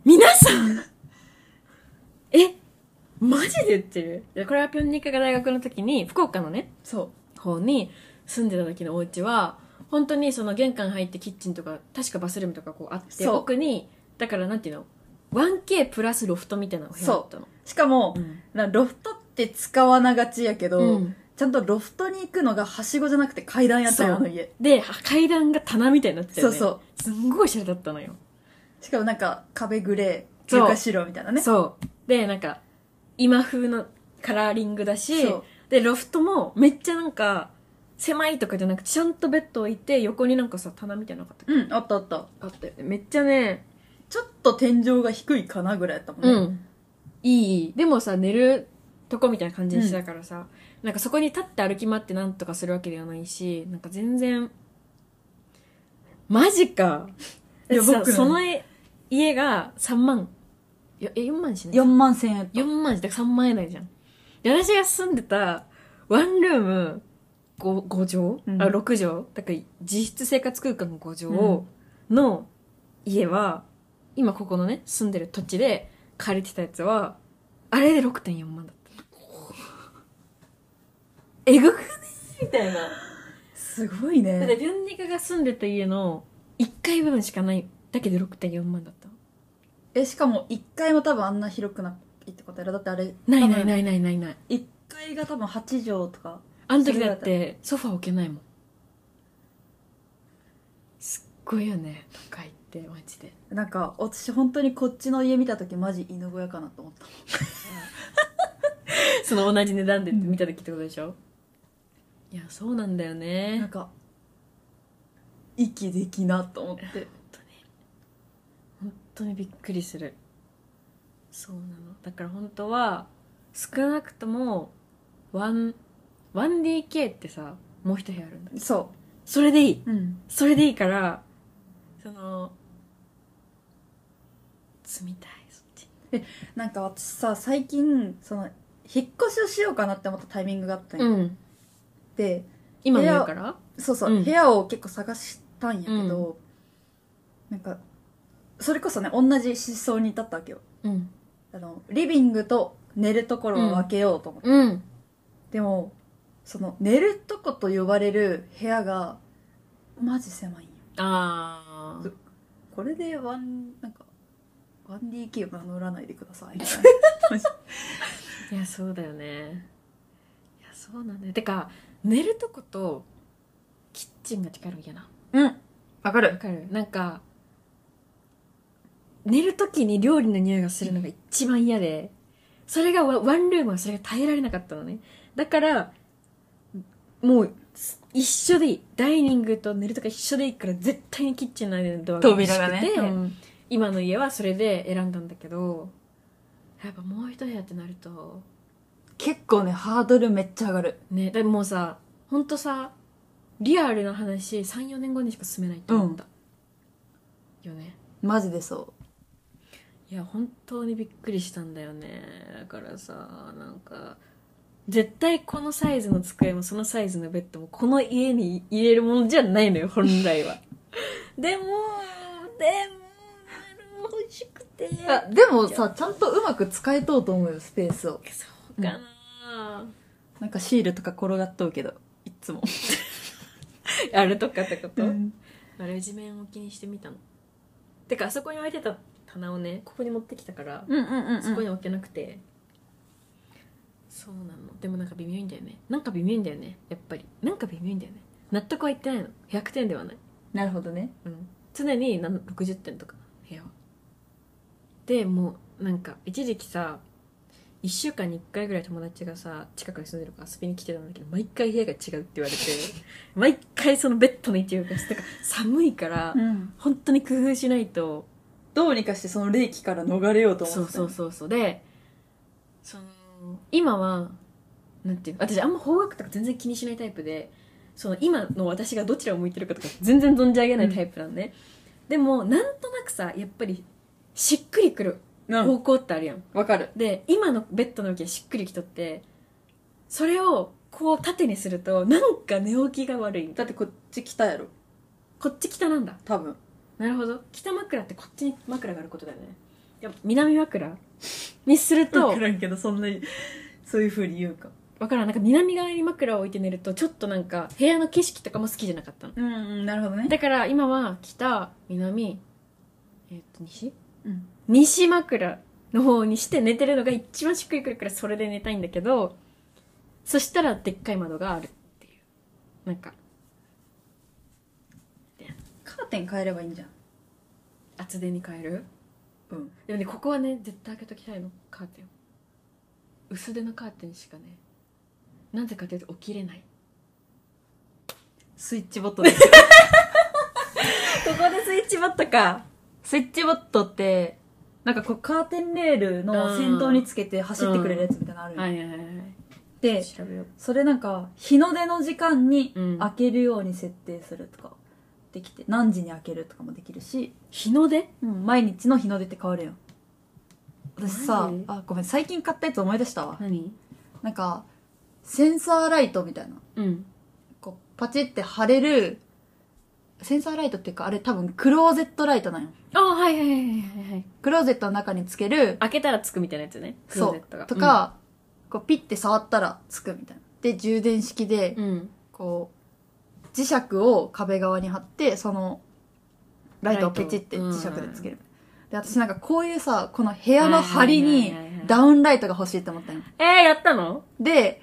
Speaker 1: 皆さん えマジで言ってるいやこれはピョンニカが大学の時に福岡のね
Speaker 2: そ
Speaker 1: 方に住んでた時のお家は本当にその玄関入ってキッチンとか確かバスルームとかこうあって
Speaker 2: そう
Speaker 1: 奥にだからなんていうの 1K プラスロフトみたいなお部屋だったの
Speaker 2: うしかも、
Speaker 1: うん
Speaker 2: なロフトって使わながちやけど、
Speaker 1: うん
Speaker 2: ちゃんとロフトに行くのがはしごじゃなくて階段やったよあ
Speaker 1: そう
Speaker 2: の家
Speaker 1: で階段が棚みたいになってた
Speaker 2: そ
Speaker 1: よ
Speaker 2: う
Speaker 1: ね
Speaker 2: そう
Speaker 1: すんごいおしゃれだったのよ
Speaker 2: しかもなんか壁グレー
Speaker 1: そう
Speaker 2: 床白みたいなね
Speaker 1: そうでなんか今風のカラーリングだし
Speaker 2: そう
Speaker 1: でロフトもめっちゃなんか狭いとかじゃなくてちゃんとベッド置いて横になんかさ棚みたいなのがあったっ
Speaker 2: うんあったあった
Speaker 1: けあったよねめっちゃね
Speaker 2: ちょっと天井が低いかなぐらいやったもんね、
Speaker 1: うんいいでもさ寝るとこみたいな感じにしてたからさ、なんかそこに立って歩き回ってなんとかするわけではないしなんか全然マジか
Speaker 2: いや
Speaker 1: だってさ
Speaker 2: 僕らね
Speaker 1: そのえ家が3万いやえ4万しない
Speaker 2: 4万1000円やった
Speaker 1: 4万じゃ3万円台じゃん。で、私が住んでた、ワンルーム 5, 5畳、
Speaker 2: うん
Speaker 1: あ、6畳だから実質生活空間の5畳の家は、今ここのね、住んでる土地で借りてたやつは、あれで6.4万だった。えぐくねみたいな。
Speaker 2: すごい
Speaker 1: だって、
Speaker 2: ね
Speaker 1: ビョンニカが住んでた家の1階部分しかない、だけど6.4万だった。
Speaker 2: えしかも1階も多分あんな広くないってことやろだってあれ
Speaker 1: ないない
Speaker 2: い
Speaker 1: ないないないない。
Speaker 2: 1階が多分8畳とか
Speaker 1: あの時だってソファー置けないもんすっごいよね都会ってマジで
Speaker 2: なんか私本当にこっちの家見た時マジ犬小屋かなと思った
Speaker 1: その同じ値段で
Speaker 2: うん
Speaker 1: 見た時ってことでしょ、いやそうなんだよね
Speaker 2: なんか息できなと思って
Speaker 1: 本当にびっくりするそうなのだから本当は少なくとも 1- 1DK ってさもう一部屋あるんだ
Speaker 2: そ
Speaker 1: それでいいう
Speaker 2: うん
Speaker 1: それでいいからその住みたいそっち
Speaker 2: なんか私さ最近その引っ越しをしようかなって思ったタイミングがあったんや、
Speaker 1: うん
Speaker 2: で
Speaker 1: 今見るから
Speaker 2: そうそう、
Speaker 1: うん
Speaker 2: 部屋を結構探したんやけど、なんかそれこそね同じ思想に至ったわけよ
Speaker 1: うん
Speaker 2: あのリビングと寝るところを分けようと思って、
Speaker 1: うん
Speaker 2: でもその寝るとこと呼ばれる部屋がマジ狭いんよ
Speaker 1: ああ
Speaker 2: ーこれでワンなんか 1DK 名乗らないでくださいみたいな
Speaker 1: いやそうだよねいやそうなんだよてか寝るとことキッチンが近いの嫌な
Speaker 2: うんわか
Speaker 1: わかるなんか寝る時に料理の匂いがするのが一番嫌でそれがワワンルームはそれが耐えられなかったのねだからもうす一緒でいいダイニングと寝るとか一緒でいいから絶対にキッチンの間のドアが
Speaker 2: 扉がね
Speaker 1: 欲しくて
Speaker 2: うん
Speaker 1: 今の家はそれで選んだんだけどやっぱもう一部屋ってなると
Speaker 2: 結構ねハードルめっちゃ上がる
Speaker 1: ねでもうさほんとさリアルな話34年後にしか住めないと思った、よね
Speaker 2: マジでそ
Speaker 1: いや本当にびっくりしたんだよねだからさなんか絶対このサイズの机もそのサイズのベッドもこの家に入れるものじゃないのよ本来はでもでも欲しくて
Speaker 2: あでもさちゃんとうまく使えとうと思うよスペースを
Speaker 1: そうかな、
Speaker 2: なんかシールとか転がっとうけどいっつも、
Speaker 1: あれとかってこと、丸地面を気にしてみたのてかあそこに置いてた棚をねここに持ってきたから、
Speaker 2: うんうんうんうん
Speaker 1: そこに置けなくてそうなのでもなんか微妙いんだよねなんか微妙いんだよねやっぱりなんか微妙いんだよね納得はいってないの100点ではない
Speaker 2: なるほどね
Speaker 1: うん、常になん60点とか部屋はでもうなんか一時期さ1週間に1回ぐらい友達がさ近くに住んでるから遊びに来てたんだけど毎回部屋が違うって言 われて毎回そのベッドの位置を動かしてか寒いから
Speaker 2: うん
Speaker 1: 本当に工夫しないと
Speaker 2: どうにかしてその冷気から逃れようと思って
Speaker 1: そうそうそうそうでその今はなんていうの私あんま方角とか全然気にしないタイプでその今の私がどちらを向いてるかとか全然存じ上げないタイプなんね、でもなんとなくさやっぱりしっくりくる
Speaker 2: う
Speaker 1: 方向ってあるやん、
Speaker 2: わかる
Speaker 1: で今のベッドの向きがしっくりきとってそれをこう縦にするとなんか寝起きが悪い
Speaker 2: だってこっち来たやろ
Speaker 1: こっち北なんだ
Speaker 2: 多分
Speaker 1: なるほど北枕ってこっちに枕があることだよねいや南枕にすると
Speaker 2: らんけどそんなにそういうふうに言うか
Speaker 1: わからんなんか南側に枕を置いて寝るとちょっとなんか部屋の景色とかも好きじゃなかったの
Speaker 2: うんうんなるほどね
Speaker 1: だから今は北南えっ、と西
Speaker 2: うん
Speaker 1: 西枕の方にして寝てるのが一番しっくりくるからそれで寝たいんだけどそしたらでっかい窓があるっていうなんか
Speaker 2: カーテン変えればいいんじゃん
Speaker 1: 厚手に変える
Speaker 2: うん
Speaker 1: でもねここはね絶対開けときたいのカーテンを薄手のカーテンしかねなぜかというと起きれない
Speaker 2: スイッチボットです
Speaker 1: ここでスイッチバットか
Speaker 2: スイッチボットってなんかこうカーテンレールの先頭につけて走ってくれるやつみたいなのあるよ、
Speaker 1: はいはいはいはい
Speaker 2: で
Speaker 1: 調べよう
Speaker 2: それなんか日の出の時間に
Speaker 1: うん
Speaker 2: 開けるように設定するとかできて何時に開けるとかもできるし、
Speaker 1: 日の出
Speaker 2: うん、毎日の日の出って変わるよ私さ
Speaker 1: マジ
Speaker 2: あごめん最近買ったやつ思い出したわ
Speaker 1: 何
Speaker 2: なんかセンサーライトみたいな
Speaker 1: うん
Speaker 2: こうパチって貼れるセンサーライトっていうかあれ多分クローゼットライトなんよ
Speaker 1: あはいはいはいはいはいはい
Speaker 2: クローゼットの中につける
Speaker 1: 開けたらつくみたいなやつねクロー
Speaker 2: そ
Speaker 1: ゼットが
Speaker 2: うと、か、こうピッて触ったらつくみたいなで充電式で
Speaker 1: うんうん
Speaker 2: こう磁石を壁側に貼ってそのライトをペチって
Speaker 1: ライトを
Speaker 2: 磁石でつける、で私なんかこういうさこの部屋の梁に
Speaker 1: はいはいはいはい
Speaker 2: ダウンライトが欲しいと思ったの
Speaker 1: えー、やったの
Speaker 2: で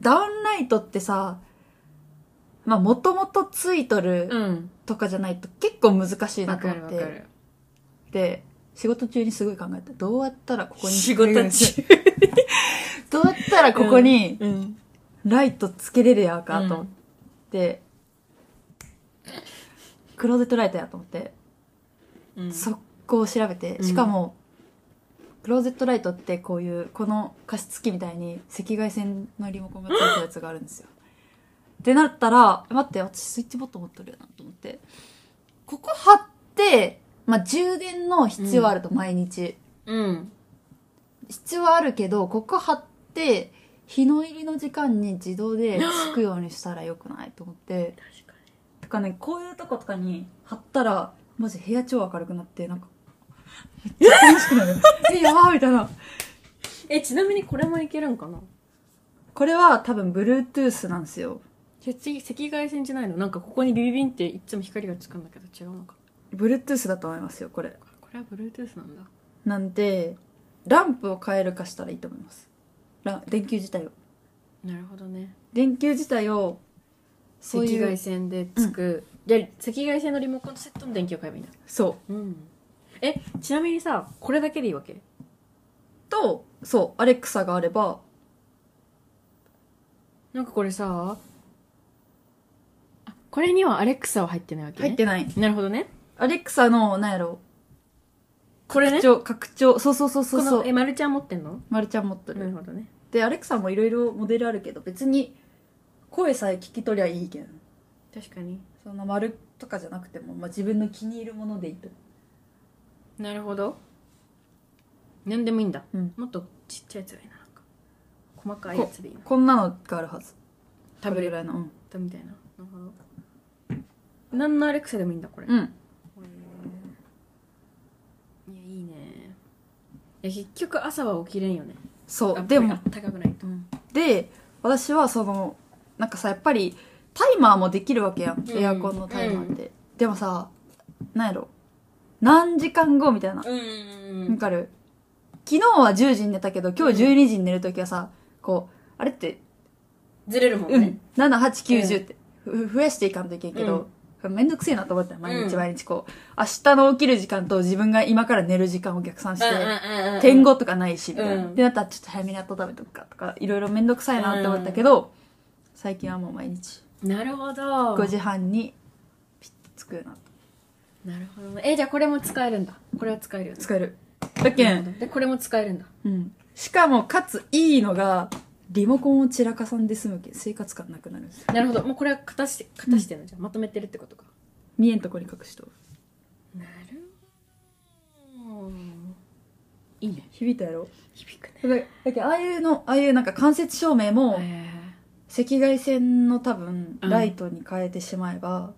Speaker 2: ダウンライトってさまあもともとついとる
Speaker 1: ん
Speaker 2: とかじゃないと結構難しいな
Speaker 1: わ
Speaker 2: と
Speaker 1: か
Speaker 2: 思
Speaker 1: るわ
Speaker 2: っ
Speaker 1: か
Speaker 2: て、
Speaker 1: る
Speaker 2: で仕事中にすごい考えたどうやったらここに
Speaker 1: 仕事中
Speaker 2: どうやったらここに
Speaker 1: うん
Speaker 2: ライトつけれるやかと思って
Speaker 1: うん
Speaker 2: でクローゼットライトやと思って、
Speaker 1: うん
Speaker 2: 速攻調べて
Speaker 1: うん
Speaker 2: しかも、クローゼットライトってこういうこの加湿器みたいに赤外線のリモコンがついたやつがあるんですよってなったら待って私スイッチボット持ってるよなと思ってここ貼って、まあ、充電の必要あると毎日、
Speaker 1: うん
Speaker 2: 必要あるけどここ貼って日の入りの時間に自動でつくようにしたらよくないと思 って
Speaker 1: 確かに
Speaker 2: とかねこういうとことかに貼ったらマジ部屋超明るくなってなんか めっちゃ楽しくなる えやばーみたいな
Speaker 1: えちなみにこれもいけるんかな
Speaker 2: これは多分 Bluetooth なんですよ
Speaker 1: じゃ次赤外線じゃないのなんかここにビビビンっていつも光がつくんだけど違うのか
Speaker 2: Bluetooth だと思いますよこれ
Speaker 1: これは Bluetooth なんだ
Speaker 2: なんでランプを変えるかしたらいいと思いますラ電球自体を
Speaker 1: なるほどね
Speaker 2: 電球自体
Speaker 1: 赤
Speaker 2: をそういう
Speaker 1: 外線でつく、じゃあ赤外線のリモコンとセットの電気を買えばいいんだ
Speaker 2: そ
Speaker 1: うんえちなみにさこれだけでいいわけ
Speaker 2: うとそうアレクサがあれば
Speaker 1: なんかこれさあこれにはアレクサは入ってないわけ、ね、
Speaker 2: 入ってない
Speaker 1: なるほどね
Speaker 2: アレクサのなんやろ
Speaker 1: これね
Speaker 2: 拡張拡張そうそうそうそうそ
Speaker 1: このえ
Speaker 2: う
Speaker 1: マルちゃん持ってんの
Speaker 2: まるちゃん持ってる、
Speaker 1: なるほどね
Speaker 2: でアレクサもいろいろモデルあるけど別に声さえ聞き取りゃいいけん
Speaker 1: 確かに
Speaker 2: そんな丸とかじゃなくても、まあ、自分の気に入るものでいいと
Speaker 1: なるほど何でもいいんだ、
Speaker 2: うん
Speaker 1: もっとちっちゃいやつがいいななんか
Speaker 2: こ
Speaker 1: 細かいやつでいいの
Speaker 2: こんなのがあるはず
Speaker 3: タブレ
Speaker 2: これぐらいのうん、
Speaker 1: だみたいななるほど何のアレクサでもいいんだこれ、
Speaker 2: うん、
Speaker 1: いやいいねいや結局朝は起きれんよね
Speaker 2: そ
Speaker 1: あ
Speaker 2: うで
Speaker 1: これあ
Speaker 2: も
Speaker 1: ったかくないと
Speaker 2: うんで私はそのなんかさやっぱりタイマーもできるわけやん、
Speaker 1: うん
Speaker 2: エアコンのタイマーって、でもさなんやろ何時間後みたいなわ、
Speaker 1: うんうん
Speaker 2: かる昨日は10時に寝たけど今日12時に寝るときはさこうあれって、
Speaker 1: ずれるも
Speaker 2: うん
Speaker 1: ね、
Speaker 2: ん、7890って、ふ増やしていかんといけんけど、めんどくせえなと思ったよ毎日毎日こう、明日の起きる時間と自分が今から寝る時間を逆算して、天
Speaker 1: 狗
Speaker 2: 候とかないしみたいな、
Speaker 1: うん
Speaker 2: でなったらちょっと早めに温めとくかとかいろいろ面倒くさいなって思ったけど、最近はもう毎日
Speaker 1: なるほど
Speaker 2: 5時半にピッとつくような
Speaker 1: なるほどねえじゃあこれも使えるんだこれは使えるよね
Speaker 2: 使えるだけ
Speaker 1: なる
Speaker 2: ん、
Speaker 1: ほどでこれも使えるんだ
Speaker 2: うん、しかもかついいのがリモコンを散らかさんで済むけん生活感なくなるんですよ
Speaker 1: なるほどもうこれは形して形してるのじゃあまとめてるってことか
Speaker 2: 見えんとこに隠しと
Speaker 1: なるほどいいね
Speaker 2: 響いたやろ
Speaker 1: 響くね
Speaker 2: だだけんああいうのああいうなんか間接照明も赤外線の多分
Speaker 1: うん
Speaker 2: ライトに変えてしまえば、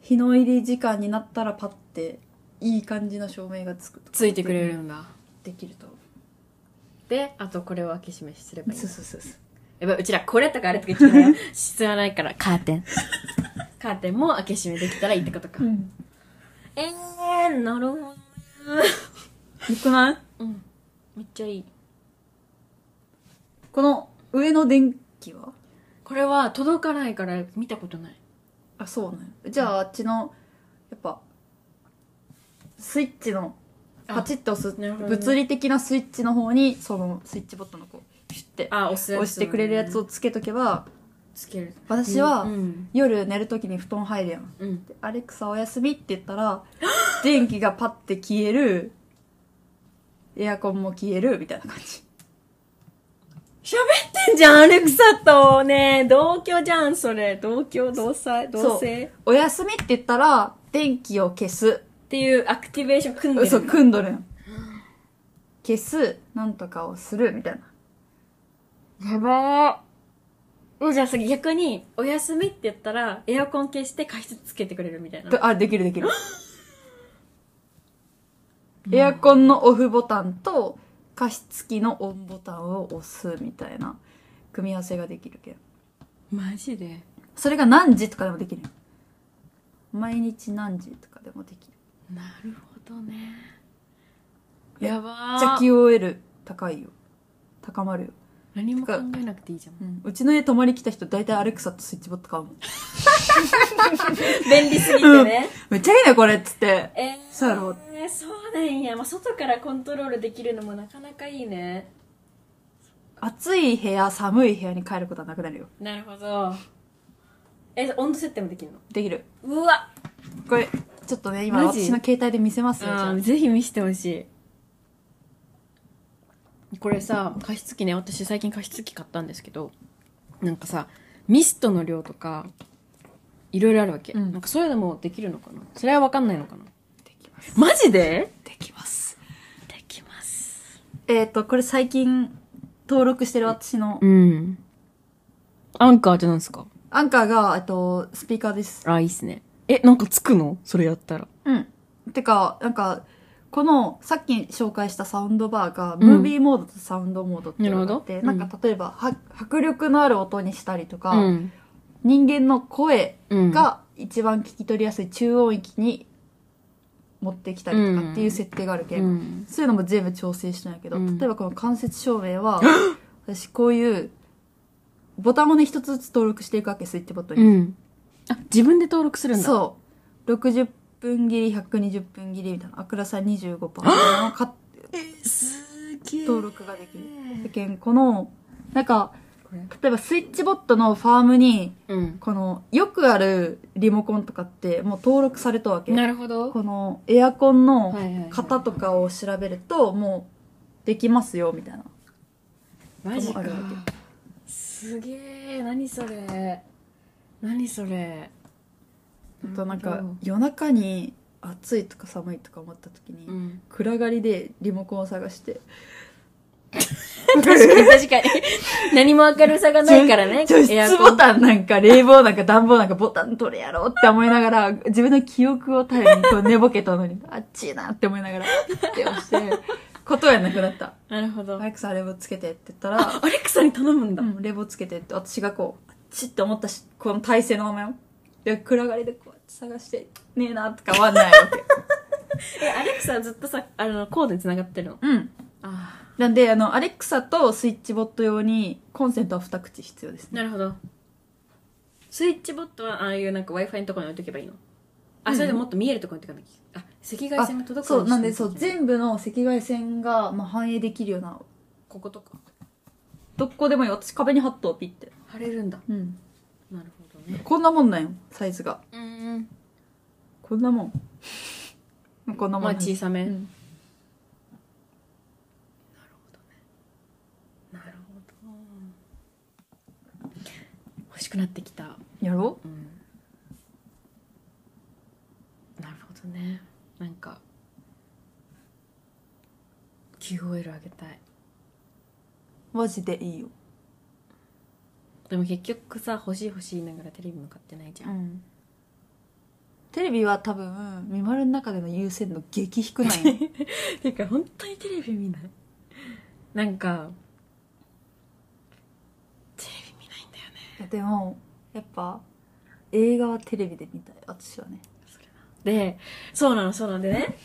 Speaker 2: 日の入り時間になったらパッていい感じの照明がつくと
Speaker 1: ついてくれるんだ
Speaker 2: できると
Speaker 1: であとこれを開け閉めすればいい
Speaker 2: そうそうそうそう
Speaker 1: やばいうちらこれとかあれとか言っちゃうから 必要ないからカーテン カーテンも開け閉めできたらいいってことか、
Speaker 2: うん
Speaker 1: えー、なる ほど
Speaker 2: よくない
Speaker 1: うんめっちゃいい
Speaker 2: この上の電気は
Speaker 1: これは届かないから見たことない
Speaker 2: あそうねじゃああっちのやっぱスイッチの
Speaker 1: あ
Speaker 2: パチッと押す
Speaker 1: なるほどね
Speaker 2: 物理的なスイッチの方にそのスイッチボットのこうピュッて
Speaker 1: あ押す
Speaker 2: 押してくれるやつをつけとけば
Speaker 1: つける
Speaker 2: 私は
Speaker 1: うん
Speaker 2: 夜寝るときに布団入るやん
Speaker 1: うん
Speaker 2: でアレクサおやすみって言ったら 電気がパッて消えるエアコンも消えるみたいな感じ
Speaker 1: じゃんアレクサとね同居じゃんそれ同居同妻同棲っ
Speaker 2: おやすみって言ったら電気を消す
Speaker 1: ていうアクティベーション組んでる
Speaker 2: 嘘
Speaker 1: んだ
Speaker 2: 組んどるん消すなんとかをするみたいな
Speaker 1: やばーうんじゃあさ逆にお休みって言ったらエアコン消して加湿つけてくれるみたいな
Speaker 2: とあできるできるエアコンのオフボタンと加湿器のオンボタンを押すみたいな組み合わせができるけど
Speaker 1: マジで
Speaker 2: それが何時とかでもできるよ毎日何時とかでもできる
Speaker 1: なるほどね
Speaker 2: いや
Speaker 1: やば
Speaker 2: めっ
Speaker 1: ー
Speaker 2: ちゃ QOL 高いよ高まるよ、
Speaker 1: 何も考えなくていいじゃん
Speaker 2: うん、うちの家泊まり来た人大体アレクサとスイッチボット買うもん
Speaker 1: 便利すぎてね、
Speaker 2: めっちゃいいねこれっつって
Speaker 1: えー、
Speaker 2: そうやろ
Speaker 1: えーそうなんや、まあ、外からコントロールできるのもなかなかいいね
Speaker 2: 暑い部屋寒い部屋に帰ることはなくなるよ
Speaker 1: なるほどえ温度設定もできるの
Speaker 2: できる
Speaker 1: うわ
Speaker 2: これちょっとね今
Speaker 1: マジ
Speaker 2: 私の携帯で見せますよじゃあ
Speaker 1: ぜひ見せてほしいこれさ加湿器ね私最近加湿器買ったんですけどなんかさミストの量とかいろいろあるわけ、
Speaker 2: うん
Speaker 1: なんかそういうのもできるのかなそれは分かんないのかな
Speaker 2: できます
Speaker 1: マジで
Speaker 2: できます
Speaker 1: できます
Speaker 2: えっ、とこれ最近登録してる私の
Speaker 1: うんアンカーってなんですか
Speaker 2: アンカーがえっとスピーカーです
Speaker 1: あいいっすねえなんかつくのそれやったら
Speaker 2: うんてかなんかこのさっき紹介したサウンドバーが
Speaker 1: ん
Speaker 2: ムービーモードとサウンドモードっていうのがあっ
Speaker 1: な
Speaker 2: て、
Speaker 1: るほど
Speaker 2: なんか例えば、は迫力のある音にしたりとか、
Speaker 1: うん
Speaker 2: 人間の声
Speaker 1: うん
Speaker 2: が一番聞き取りやすい中音域に持ってきたりとかっていう設定があるけ、、
Speaker 1: うんん
Speaker 2: そういうのも全部調整してないけど、
Speaker 1: うん
Speaker 2: 例えばこの間接照 明は私こういうボタンをね一つずつ登録していくわけスイッチボット
Speaker 1: う
Speaker 2: に、
Speaker 1: んあ自分で登録するんだ
Speaker 2: そう60分切り120分切りみたいなあくらさ25%のか
Speaker 1: えすげえ
Speaker 2: 登録ができるだけんこのなんか
Speaker 1: これ
Speaker 2: 例えばスイッチボットのファームに
Speaker 1: うん
Speaker 2: このよくあるリモコンとかってもう登録されたわけ
Speaker 1: なるほど
Speaker 2: このエアコンの
Speaker 1: はいはいはい
Speaker 2: 型とかを調べるともうできますよみたいな
Speaker 1: マジ
Speaker 2: と
Speaker 1: か
Speaker 2: もあるわ
Speaker 1: すげえ何それ何それ
Speaker 2: あとな
Speaker 1: な
Speaker 2: んか
Speaker 1: るほど
Speaker 2: 夜中に暑いとか寒いとか思った時に、
Speaker 1: うん
Speaker 2: 暗がりでリモコンを探して
Speaker 1: 確かに確かに。 何も明るさがないからね。
Speaker 2: 除
Speaker 1: エア
Speaker 2: 湿
Speaker 1: コ
Speaker 2: ボ
Speaker 1: ン。
Speaker 2: タンなんか冷房なんか暖房なんかボタンどれやろうって思いながら、自分の記憶を頼りにこう寝ぼけたのに、あっちいなって思いながら、ピッて押して、ことやなくなった。
Speaker 1: なるほど。
Speaker 2: アレクサ冷房つけてって言った
Speaker 1: あ
Speaker 2: ら、
Speaker 1: アレクサに頼むん
Speaker 2: う
Speaker 1: だ。
Speaker 2: ん、冷房つけてって私がこう、あっちって思ったし、この体勢のままよ。で、暗がりでこうやって探して、ねえなとかわんないわけ。
Speaker 1: え、アレクサはずっとさ、あの、コードに繋がってるの。
Speaker 2: うん。
Speaker 1: あ
Speaker 2: なんで、あの、アレクサとスイッチボット用にコンセントは二口必要です
Speaker 1: な
Speaker 2: ね。
Speaker 1: るほど。スイッチボットは、ああいうなんか Wi-Fi のところに置いとけばいいの。あ、それでもっと見えるところに置いとかなきゃ。あ、赤外線が届くよ
Speaker 2: そう、なんで、
Speaker 1: にしな
Speaker 2: そ
Speaker 1: き
Speaker 2: う、
Speaker 1: ゃいけい
Speaker 2: 全部の赤外線が、まあ、反映できるような、
Speaker 1: こことか。
Speaker 2: どこでもいい。私壁に貼っとう、ピッて。
Speaker 1: 貼れるんだ。
Speaker 2: うん。
Speaker 1: なるほどね。
Speaker 2: こんなもんなんよ、サイズが。
Speaker 1: うん。
Speaker 2: こんなもん。こんな もん
Speaker 1: まあ
Speaker 2: なんです。
Speaker 1: 小さめ。
Speaker 2: うん
Speaker 1: なるほど。欲しくなってきた。
Speaker 2: やろ
Speaker 1: うん。なるほどね。なんか。QOL あげたい。
Speaker 2: マジでいいよ。
Speaker 1: でも結局さ、欲しい欲しい言いながらテレビも買ってないじゃん。
Speaker 2: ん。テレビは多分、ミマルの中での優先度激低なん よ。
Speaker 1: てか本当にテレビ見ないなんか、テレビ見ないんだよね。
Speaker 2: いやでもやっぱ映画はテレビで見たい私はね
Speaker 1: で、そうなの、そうなんでね。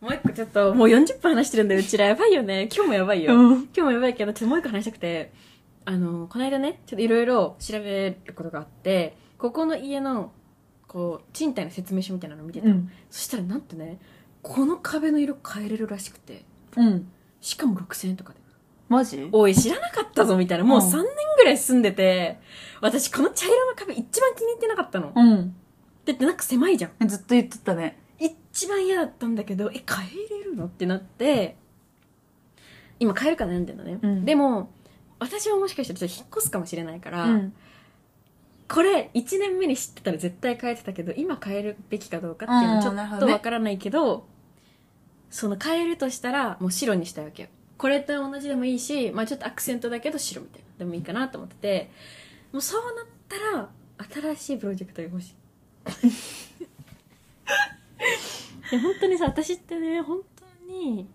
Speaker 1: もう一個ちょっと、もう40分話してるんで、うちらやばいよね。今日もやばいよ。
Speaker 2: ん
Speaker 1: 今日もやばいけど、ちょっともう一個話したくて、あの、この間ね、ちょっといろいろ調べることがあって、ここの家の、こう、賃貸の説明書みたいなの見てた、
Speaker 2: うん
Speaker 1: そしたらなんとね、この壁の色変えれるらしくて、
Speaker 2: うん
Speaker 1: しかも6000円とかで。
Speaker 2: マジ
Speaker 1: おい、知らなかったぞみたいな。もううん3年ぐらい住んでて、私この茶色の壁一番気に入ってなかったの。
Speaker 2: うん
Speaker 1: だってなんか狭いじゃん。
Speaker 2: ずっと言ってたね
Speaker 1: 一番嫌だったんだけど、え、変えれるのってなって、今変えるか悩んでるのね。
Speaker 2: うん
Speaker 1: でも、私はもしかしたらちょっと引っ越すかもしれないから、
Speaker 2: うん
Speaker 1: これ1年目に知ってたら絶対変えてたけど、今変えるべきかどうかっていうのはち
Speaker 2: うんなる
Speaker 1: ょ
Speaker 2: ほ
Speaker 1: っと
Speaker 2: どね
Speaker 1: わからないけど、その変えるとしたらもう白にしたいわけよ。これと同じでもいいし、まあちょっとアクセントだけど白みたいな。でもいいかなと思ってて、もうそうなったら新しいプロジェクトが欲しい。 いや本当にさ私ってね本当に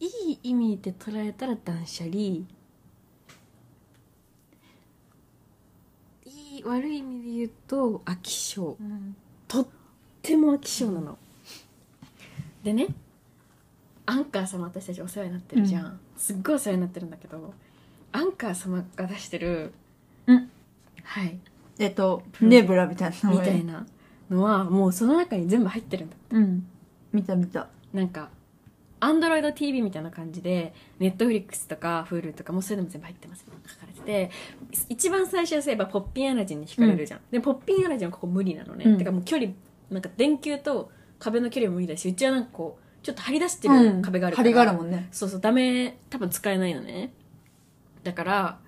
Speaker 1: いい意味で捉えたら断捨離いい悪い意味で言うと飽き性
Speaker 2: うん
Speaker 1: とっても飽き性なのでねアンカー様私たちお世話になってるじゃん、すっごいお世話になってるんだけどアンカー様が出してる
Speaker 2: うん
Speaker 1: はい
Speaker 2: えっとネブラみたいな
Speaker 1: み
Speaker 2: 名
Speaker 1: たい
Speaker 2: 前
Speaker 1: なのはもうその中に全部入ってるんだ
Speaker 2: うん見た見た
Speaker 1: なんか、アンドロイド TV みたいな感じで、ネットフリックスとか、Hulu とか、もうそういうのも全部入ってますみたいなのが書かれてて、一番最初はそういえば、ポッピンアラジンに惹かれるじゃん。で、ポッピンアラジンはここ無理なのね。
Speaker 2: うん
Speaker 1: てかもう距離、なんか電球と壁の距離も無理だし、うちはなんかこう、ちょっと張り出してる壁がある
Speaker 2: 張りがあるもんね
Speaker 1: そうそう、ダメ、多分使えないのね。だから、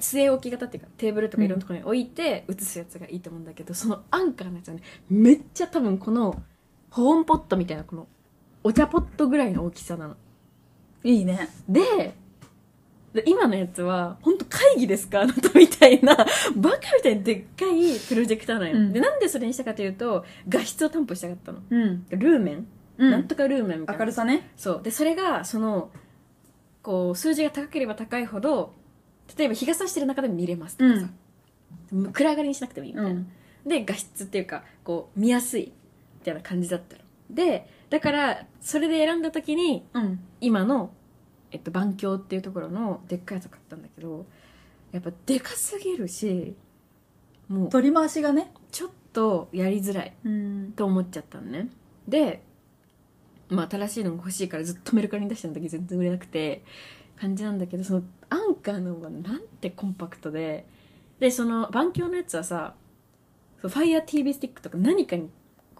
Speaker 1: 据え置き型っていうか、テーブルとかいろんなところに置いて、映すやつがいいと思うんだけど、そのアンカーのやつはね、めっちゃ多分この、保温ポットみたいな、この、お茶ポットぐらいの大きさなの。
Speaker 2: いいね
Speaker 1: で、で今のやつは、本当会議ですかあなたみたいな、 バカみたいにでっかいプロジェクターなのよ。
Speaker 2: うん
Speaker 1: で、なんでそれにしたかというと、画質を担保したかったの。
Speaker 2: うん
Speaker 1: ルーメン、
Speaker 2: う
Speaker 1: なん
Speaker 2: ん
Speaker 1: とかルーメンみたいな
Speaker 2: 明る。さね
Speaker 1: そうでそれがそのこう数字が高ければ高いほど例えば日が差してる中でも見れますとかさ、暗がりにしなくてもいいみたいな、で画質っていうかこう見やすいみたいな感じだったのでだからそれで選んだ時に
Speaker 2: うん
Speaker 1: 今の、えっと、番鏡っていうところのでっかいやつ買ったんだけどやっぱでかすぎるしもう
Speaker 2: 取り回しがね
Speaker 1: ちょっとやりづらい
Speaker 2: うん
Speaker 1: と思っちゃったのねで、まあ、新しいのが欲しいからずっとメルカリに出してる時全然売れなくて感じなんだけどそのアンカーの方がなんてコンパクトででその番鏡のやつはさそう FireTV スティックとか何かに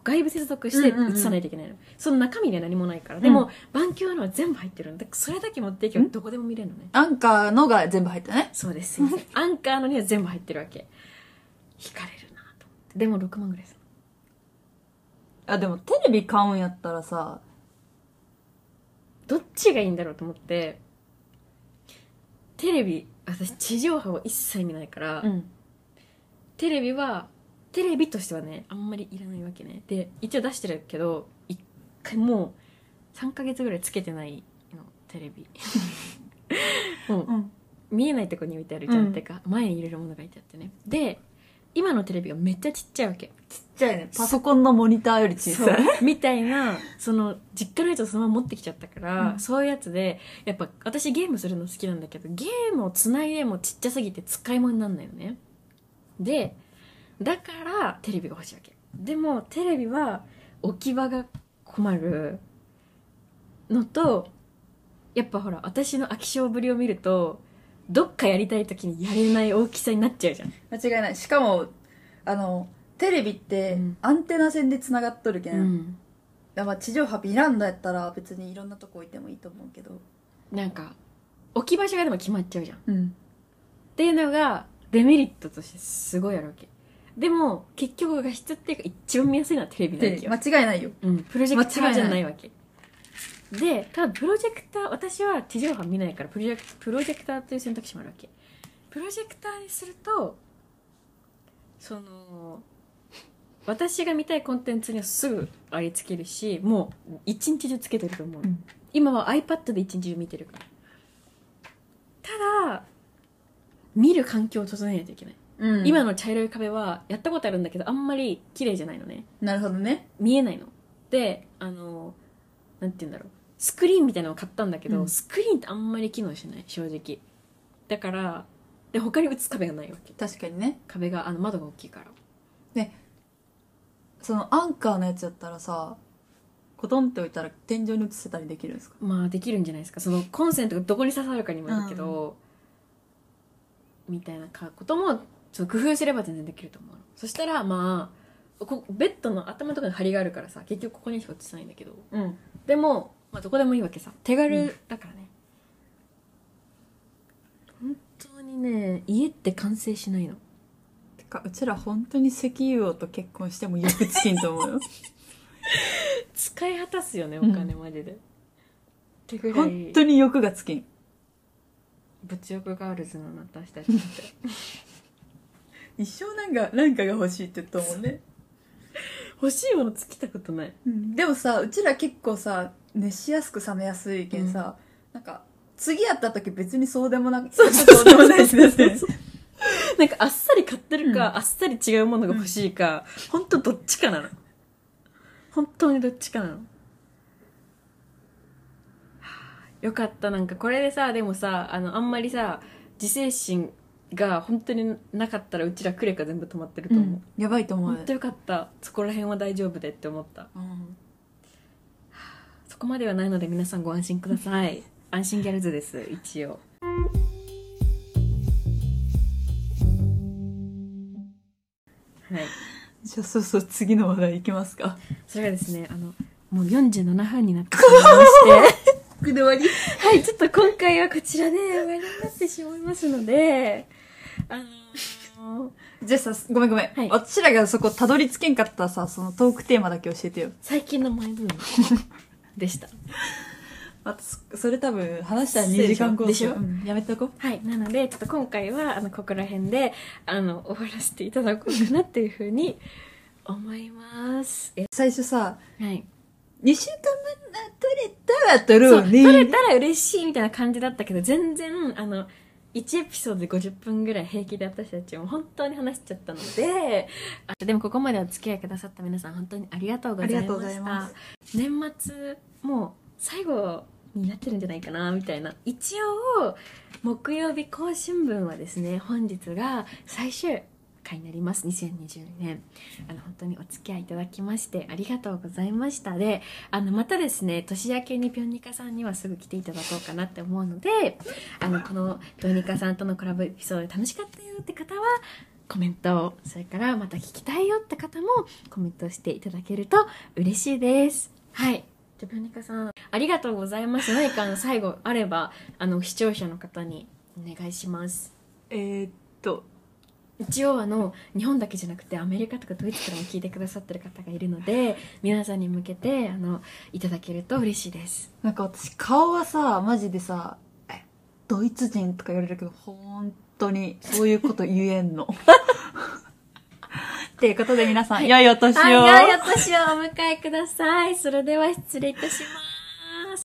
Speaker 1: 外部接続して
Speaker 2: うんうんう
Speaker 1: 映
Speaker 2: ん
Speaker 1: さないといけないの、その中身には何もないからでも、番鏡のは全部入ってるんでそれだけ持っていけばどこでも見れるのね
Speaker 2: アンカーのが全部入ったね
Speaker 1: そうですすいませんアンカーのには全部入ってるわけ惹かれるなと思ってでも6万ぐらいする
Speaker 2: あでもテレビ買うんやったらさ
Speaker 1: どっちがいいんだろうと思ってテレビ私地上波を一切見ないから、
Speaker 2: うん
Speaker 1: テレビはテレビとしてはねあんまりいらないわけねで一応出してるけど一回もう3ヶ月ぐらいつけてないのテレビもう
Speaker 2: うん
Speaker 1: 見えないとこに置いてあるじゃん、
Speaker 2: うん
Speaker 1: てか前に入れるものが置いてあってねで今のテレビがめっちゃちっちゃいわけ
Speaker 2: ちっちゃいねパソコンのモニターより小さい
Speaker 1: みたいなその実家のやつをそのまま持ってきちゃったから、
Speaker 2: うん
Speaker 1: そういうやつでやっぱ私ゲームするの好きなんだけどゲームをつないでもちっちゃすぎて使い物になんないよねでだからテレビが欲しいわけでもテレビは置き場が困るのとやっぱほら私の飽き性ぶりを見るとどっかやりたい時にやれない大きさになっちゃうじゃん、
Speaker 2: 間違いないしかもあのテレビって
Speaker 1: うん
Speaker 2: アンテナ線でつながっとるけん、い
Speaker 1: ん、
Speaker 2: やまあ地上波ビランダやったら別にいろんなとこ置いてもいいと思うけど
Speaker 1: なんか置き場所がでも決まっちゃうじゃん
Speaker 2: うん
Speaker 1: っていうのがデメリットとしてすごいあるわけでも結局画質っていうか一番見やすいのはテレビなわ
Speaker 2: で
Speaker 1: けよ、
Speaker 2: 間違いないよ
Speaker 1: うん、プロジェクターじゃ
Speaker 2: 間
Speaker 1: な
Speaker 2: 違
Speaker 1: いわけでただプロジェクター私は地上波見ないからプロジェクプロジェクターという選択肢もあるわけプロジェクターにするとその私が見たいコンテンツにはすぐありつけるしもう一日中つけてると思う、
Speaker 2: うん
Speaker 1: 今は iPad で一日中見てるからただ見る環境を整えないといけない、
Speaker 2: うん
Speaker 1: 今の茶色い壁はやったことあるんだけどあんまり綺麗じゃないのね
Speaker 2: なるほどね
Speaker 1: 見えないのであのなんて言うんだろうスクリーンみたいなのを買ったんだけど、
Speaker 2: うん
Speaker 1: スクリーンってあんまり機能しない正直だからで他に映す壁がないわけ
Speaker 2: 確かにね
Speaker 1: 壁があの窓が大きいから
Speaker 2: そのアンカーのやつやったらさコトンって置いたら天井に移せたりできるんですか
Speaker 1: まあできるんじゃないですかそのコンセントがどこに刺さるかにもよるけど、みたいなかこともちょっと工夫すれば全然できると思うのそしたらまあこベッドの頭のとかに張りがあるからさ結局ここにしか映せないんだけど
Speaker 2: うん
Speaker 1: でも、まあ、どこでもいいわけさ手
Speaker 2: う
Speaker 1: 軽だからね、本当にね家って完成しないの
Speaker 2: てかうちら本当に石油王と結婚してもよくつきんと思う よ
Speaker 1: 使い果たすよねお金マジで、ってぐら
Speaker 2: 本
Speaker 1: い
Speaker 2: 当に欲がつきん
Speaker 1: 物欲ガールズなの私たちって
Speaker 2: 一生なんかなんかが欲しいって言ったもんね、
Speaker 1: 欲しいもの尽きたことない
Speaker 2: うん、でもさうちら結構さ熱しやすく冷めやすいけんさ、なんか次やった時別にそうでもなく
Speaker 1: そうそうそう
Speaker 2: でもないしだって
Speaker 1: なんかあっさり買ってるか、
Speaker 2: う
Speaker 1: あっさり違うものが欲しいか、本当どっちかなの本当にどっちかなのはあよかったなんかこれでさでもさあのあんまりさ自制心が本当になかったらうちらクレカ全部止まってると
Speaker 2: う
Speaker 1: 思
Speaker 2: んやばいと
Speaker 1: う、
Speaker 2: 思う
Speaker 1: 本当よかったそこら辺は大丈夫でって思った
Speaker 2: うん
Speaker 1: そこまではないので皆さんご安心ください 安心ギャルズです一応はい
Speaker 2: じゃあそうそう次の話題いきますか
Speaker 1: それがですねあのもう47分になってしまいまして
Speaker 2: くでわり
Speaker 1: はい、ちょっと今回はこちらで終わりになってしまいますので、あのー
Speaker 2: じゃあさごめんごめん、
Speaker 1: はい
Speaker 2: 私らがそこたどり着けんかったさそのトークテーマだけ教えてよ
Speaker 1: 最近のマイブームでした。
Speaker 2: あとそそれ多分話したら2時間後
Speaker 1: でしょ
Speaker 2: うんやめとこう
Speaker 1: はい、なので、ちょっと今回は、あの、ここら辺で、あの、終わらせていただこうかなっていうふうに思います。え
Speaker 2: 最初さ
Speaker 1: はい。
Speaker 2: 2週間分な取れたら取る
Speaker 1: そう、
Speaker 2: よね
Speaker 1: 取れたら嬉しいみたいな感じだったけど、全然、あの、1エピソードで50分ぐらい平気で私たちも本当に話しちゃったので、あでもここまでお付き合いくださった皆さん本当にありがとうございま
Speaker 2: ありがとうござい
Speaker 1: し
Speaker 2: ま
Speaker 1: た
Speaker 2: す。
Speaker 1: 年末、もう最後になってるんじゃないかな、みたいな。一応、木曜日更新分はですね、本日が最終回になります。2022年。あの、本当にお付き合いいただきましてありがとうございました。で、あの、またですね、年明けにピョンニカさんにはすぐ来ていただこうかなって思うので、あの、このピョンニカさんとのコラボエピソード楽しかったよって方は、コメントを、それからまた聞きたいよって方もコメントしていただけると嬉しいです。はい。じゃあ、ピョンニカさん、ありがとうございます。何かあの、最後あれば、あの、視聴者の方にお願いします。
Speaker 2: えーっと
Speaker 3: 一応あの日本だけじゃなくてアメリカとかドイツからも聞いてくださってる方がいるので皆さんに向けてあのいただけると嬉しいです
Speaker 2: なんか私顔はさマジでさえドイツ人とか言われるけど本当にそういうこと言え んのっていうことで皆さん、良いお年を
Speaker 3: はい良いお年をお迎えくださいそれでは失礼いたします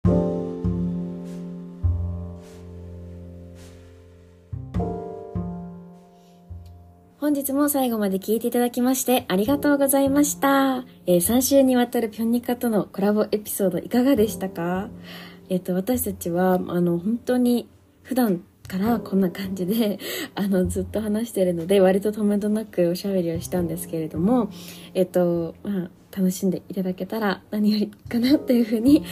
Speaker 1: 本日も最後まで聞いていただきましてありがとうございました。えー3週にわたるピョンニカとのコラボエピソードいかがでしたかえっ、と、私たちは、あの、本当に普段からこんな感じで、あの、ずっと話してるので、割と止めどなくおしゃべりをしたんですけれども、えっ、と、まあ、楽しんでいただけたら何よりかなというふうに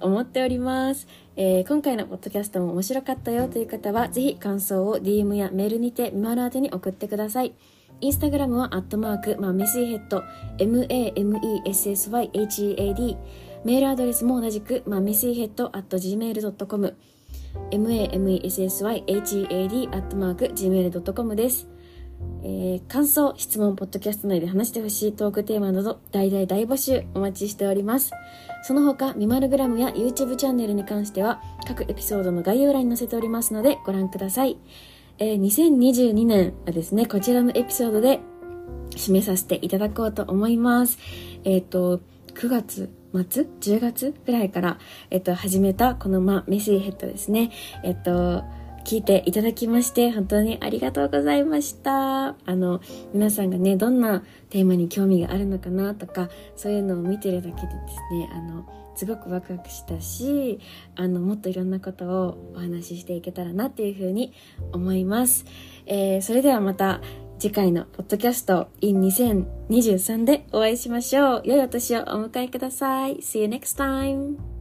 Speaker 1: 思っております。えー今回のポッドキャストも面白かったよという方は、ぜひ感想を DM やメールにて、ミマル宛てに送ってください。インスタグラムは、アットマーク、まあ、メスイヘッド、m-a-m-e-s-s-y-h-e-a-d。メールアドレスも同じく、まあ、メスイヘッド、at gmail.com。m-a-m-e-s-s-y-h-e-a-d、アットマーク、gmail.com です。えー感想、質問、ポッドキャスト内で話してほしいトークテーマなど、大々大募集お待ちしております。その他、ミマルグラムや YouTube チャンネルに関しては、各エピソードの概要欄に載せておりますので、ご覧ください。えー2022年はですね、こちらのエピソードで締めさせていただこうと思います。えっ、と、9月末 ?10 月ぐらいから、えっ、と、始めたこの、まあ、メッセージヘッドですね。えっ、と、聞いていただきまして、本当にありがとうございました。あの、皆さんがね、どんなテーマに興味があるのかなとか、そういうのを見てるだけでですね、あの、すごくワクワクしたし、あの、もっといろんなことをお話ししていけたらなっていうふうに思います。えーそれではまた次回のポッドキャスト in 2023でお会いしましょう。良いお年をお迎えください。See you next time!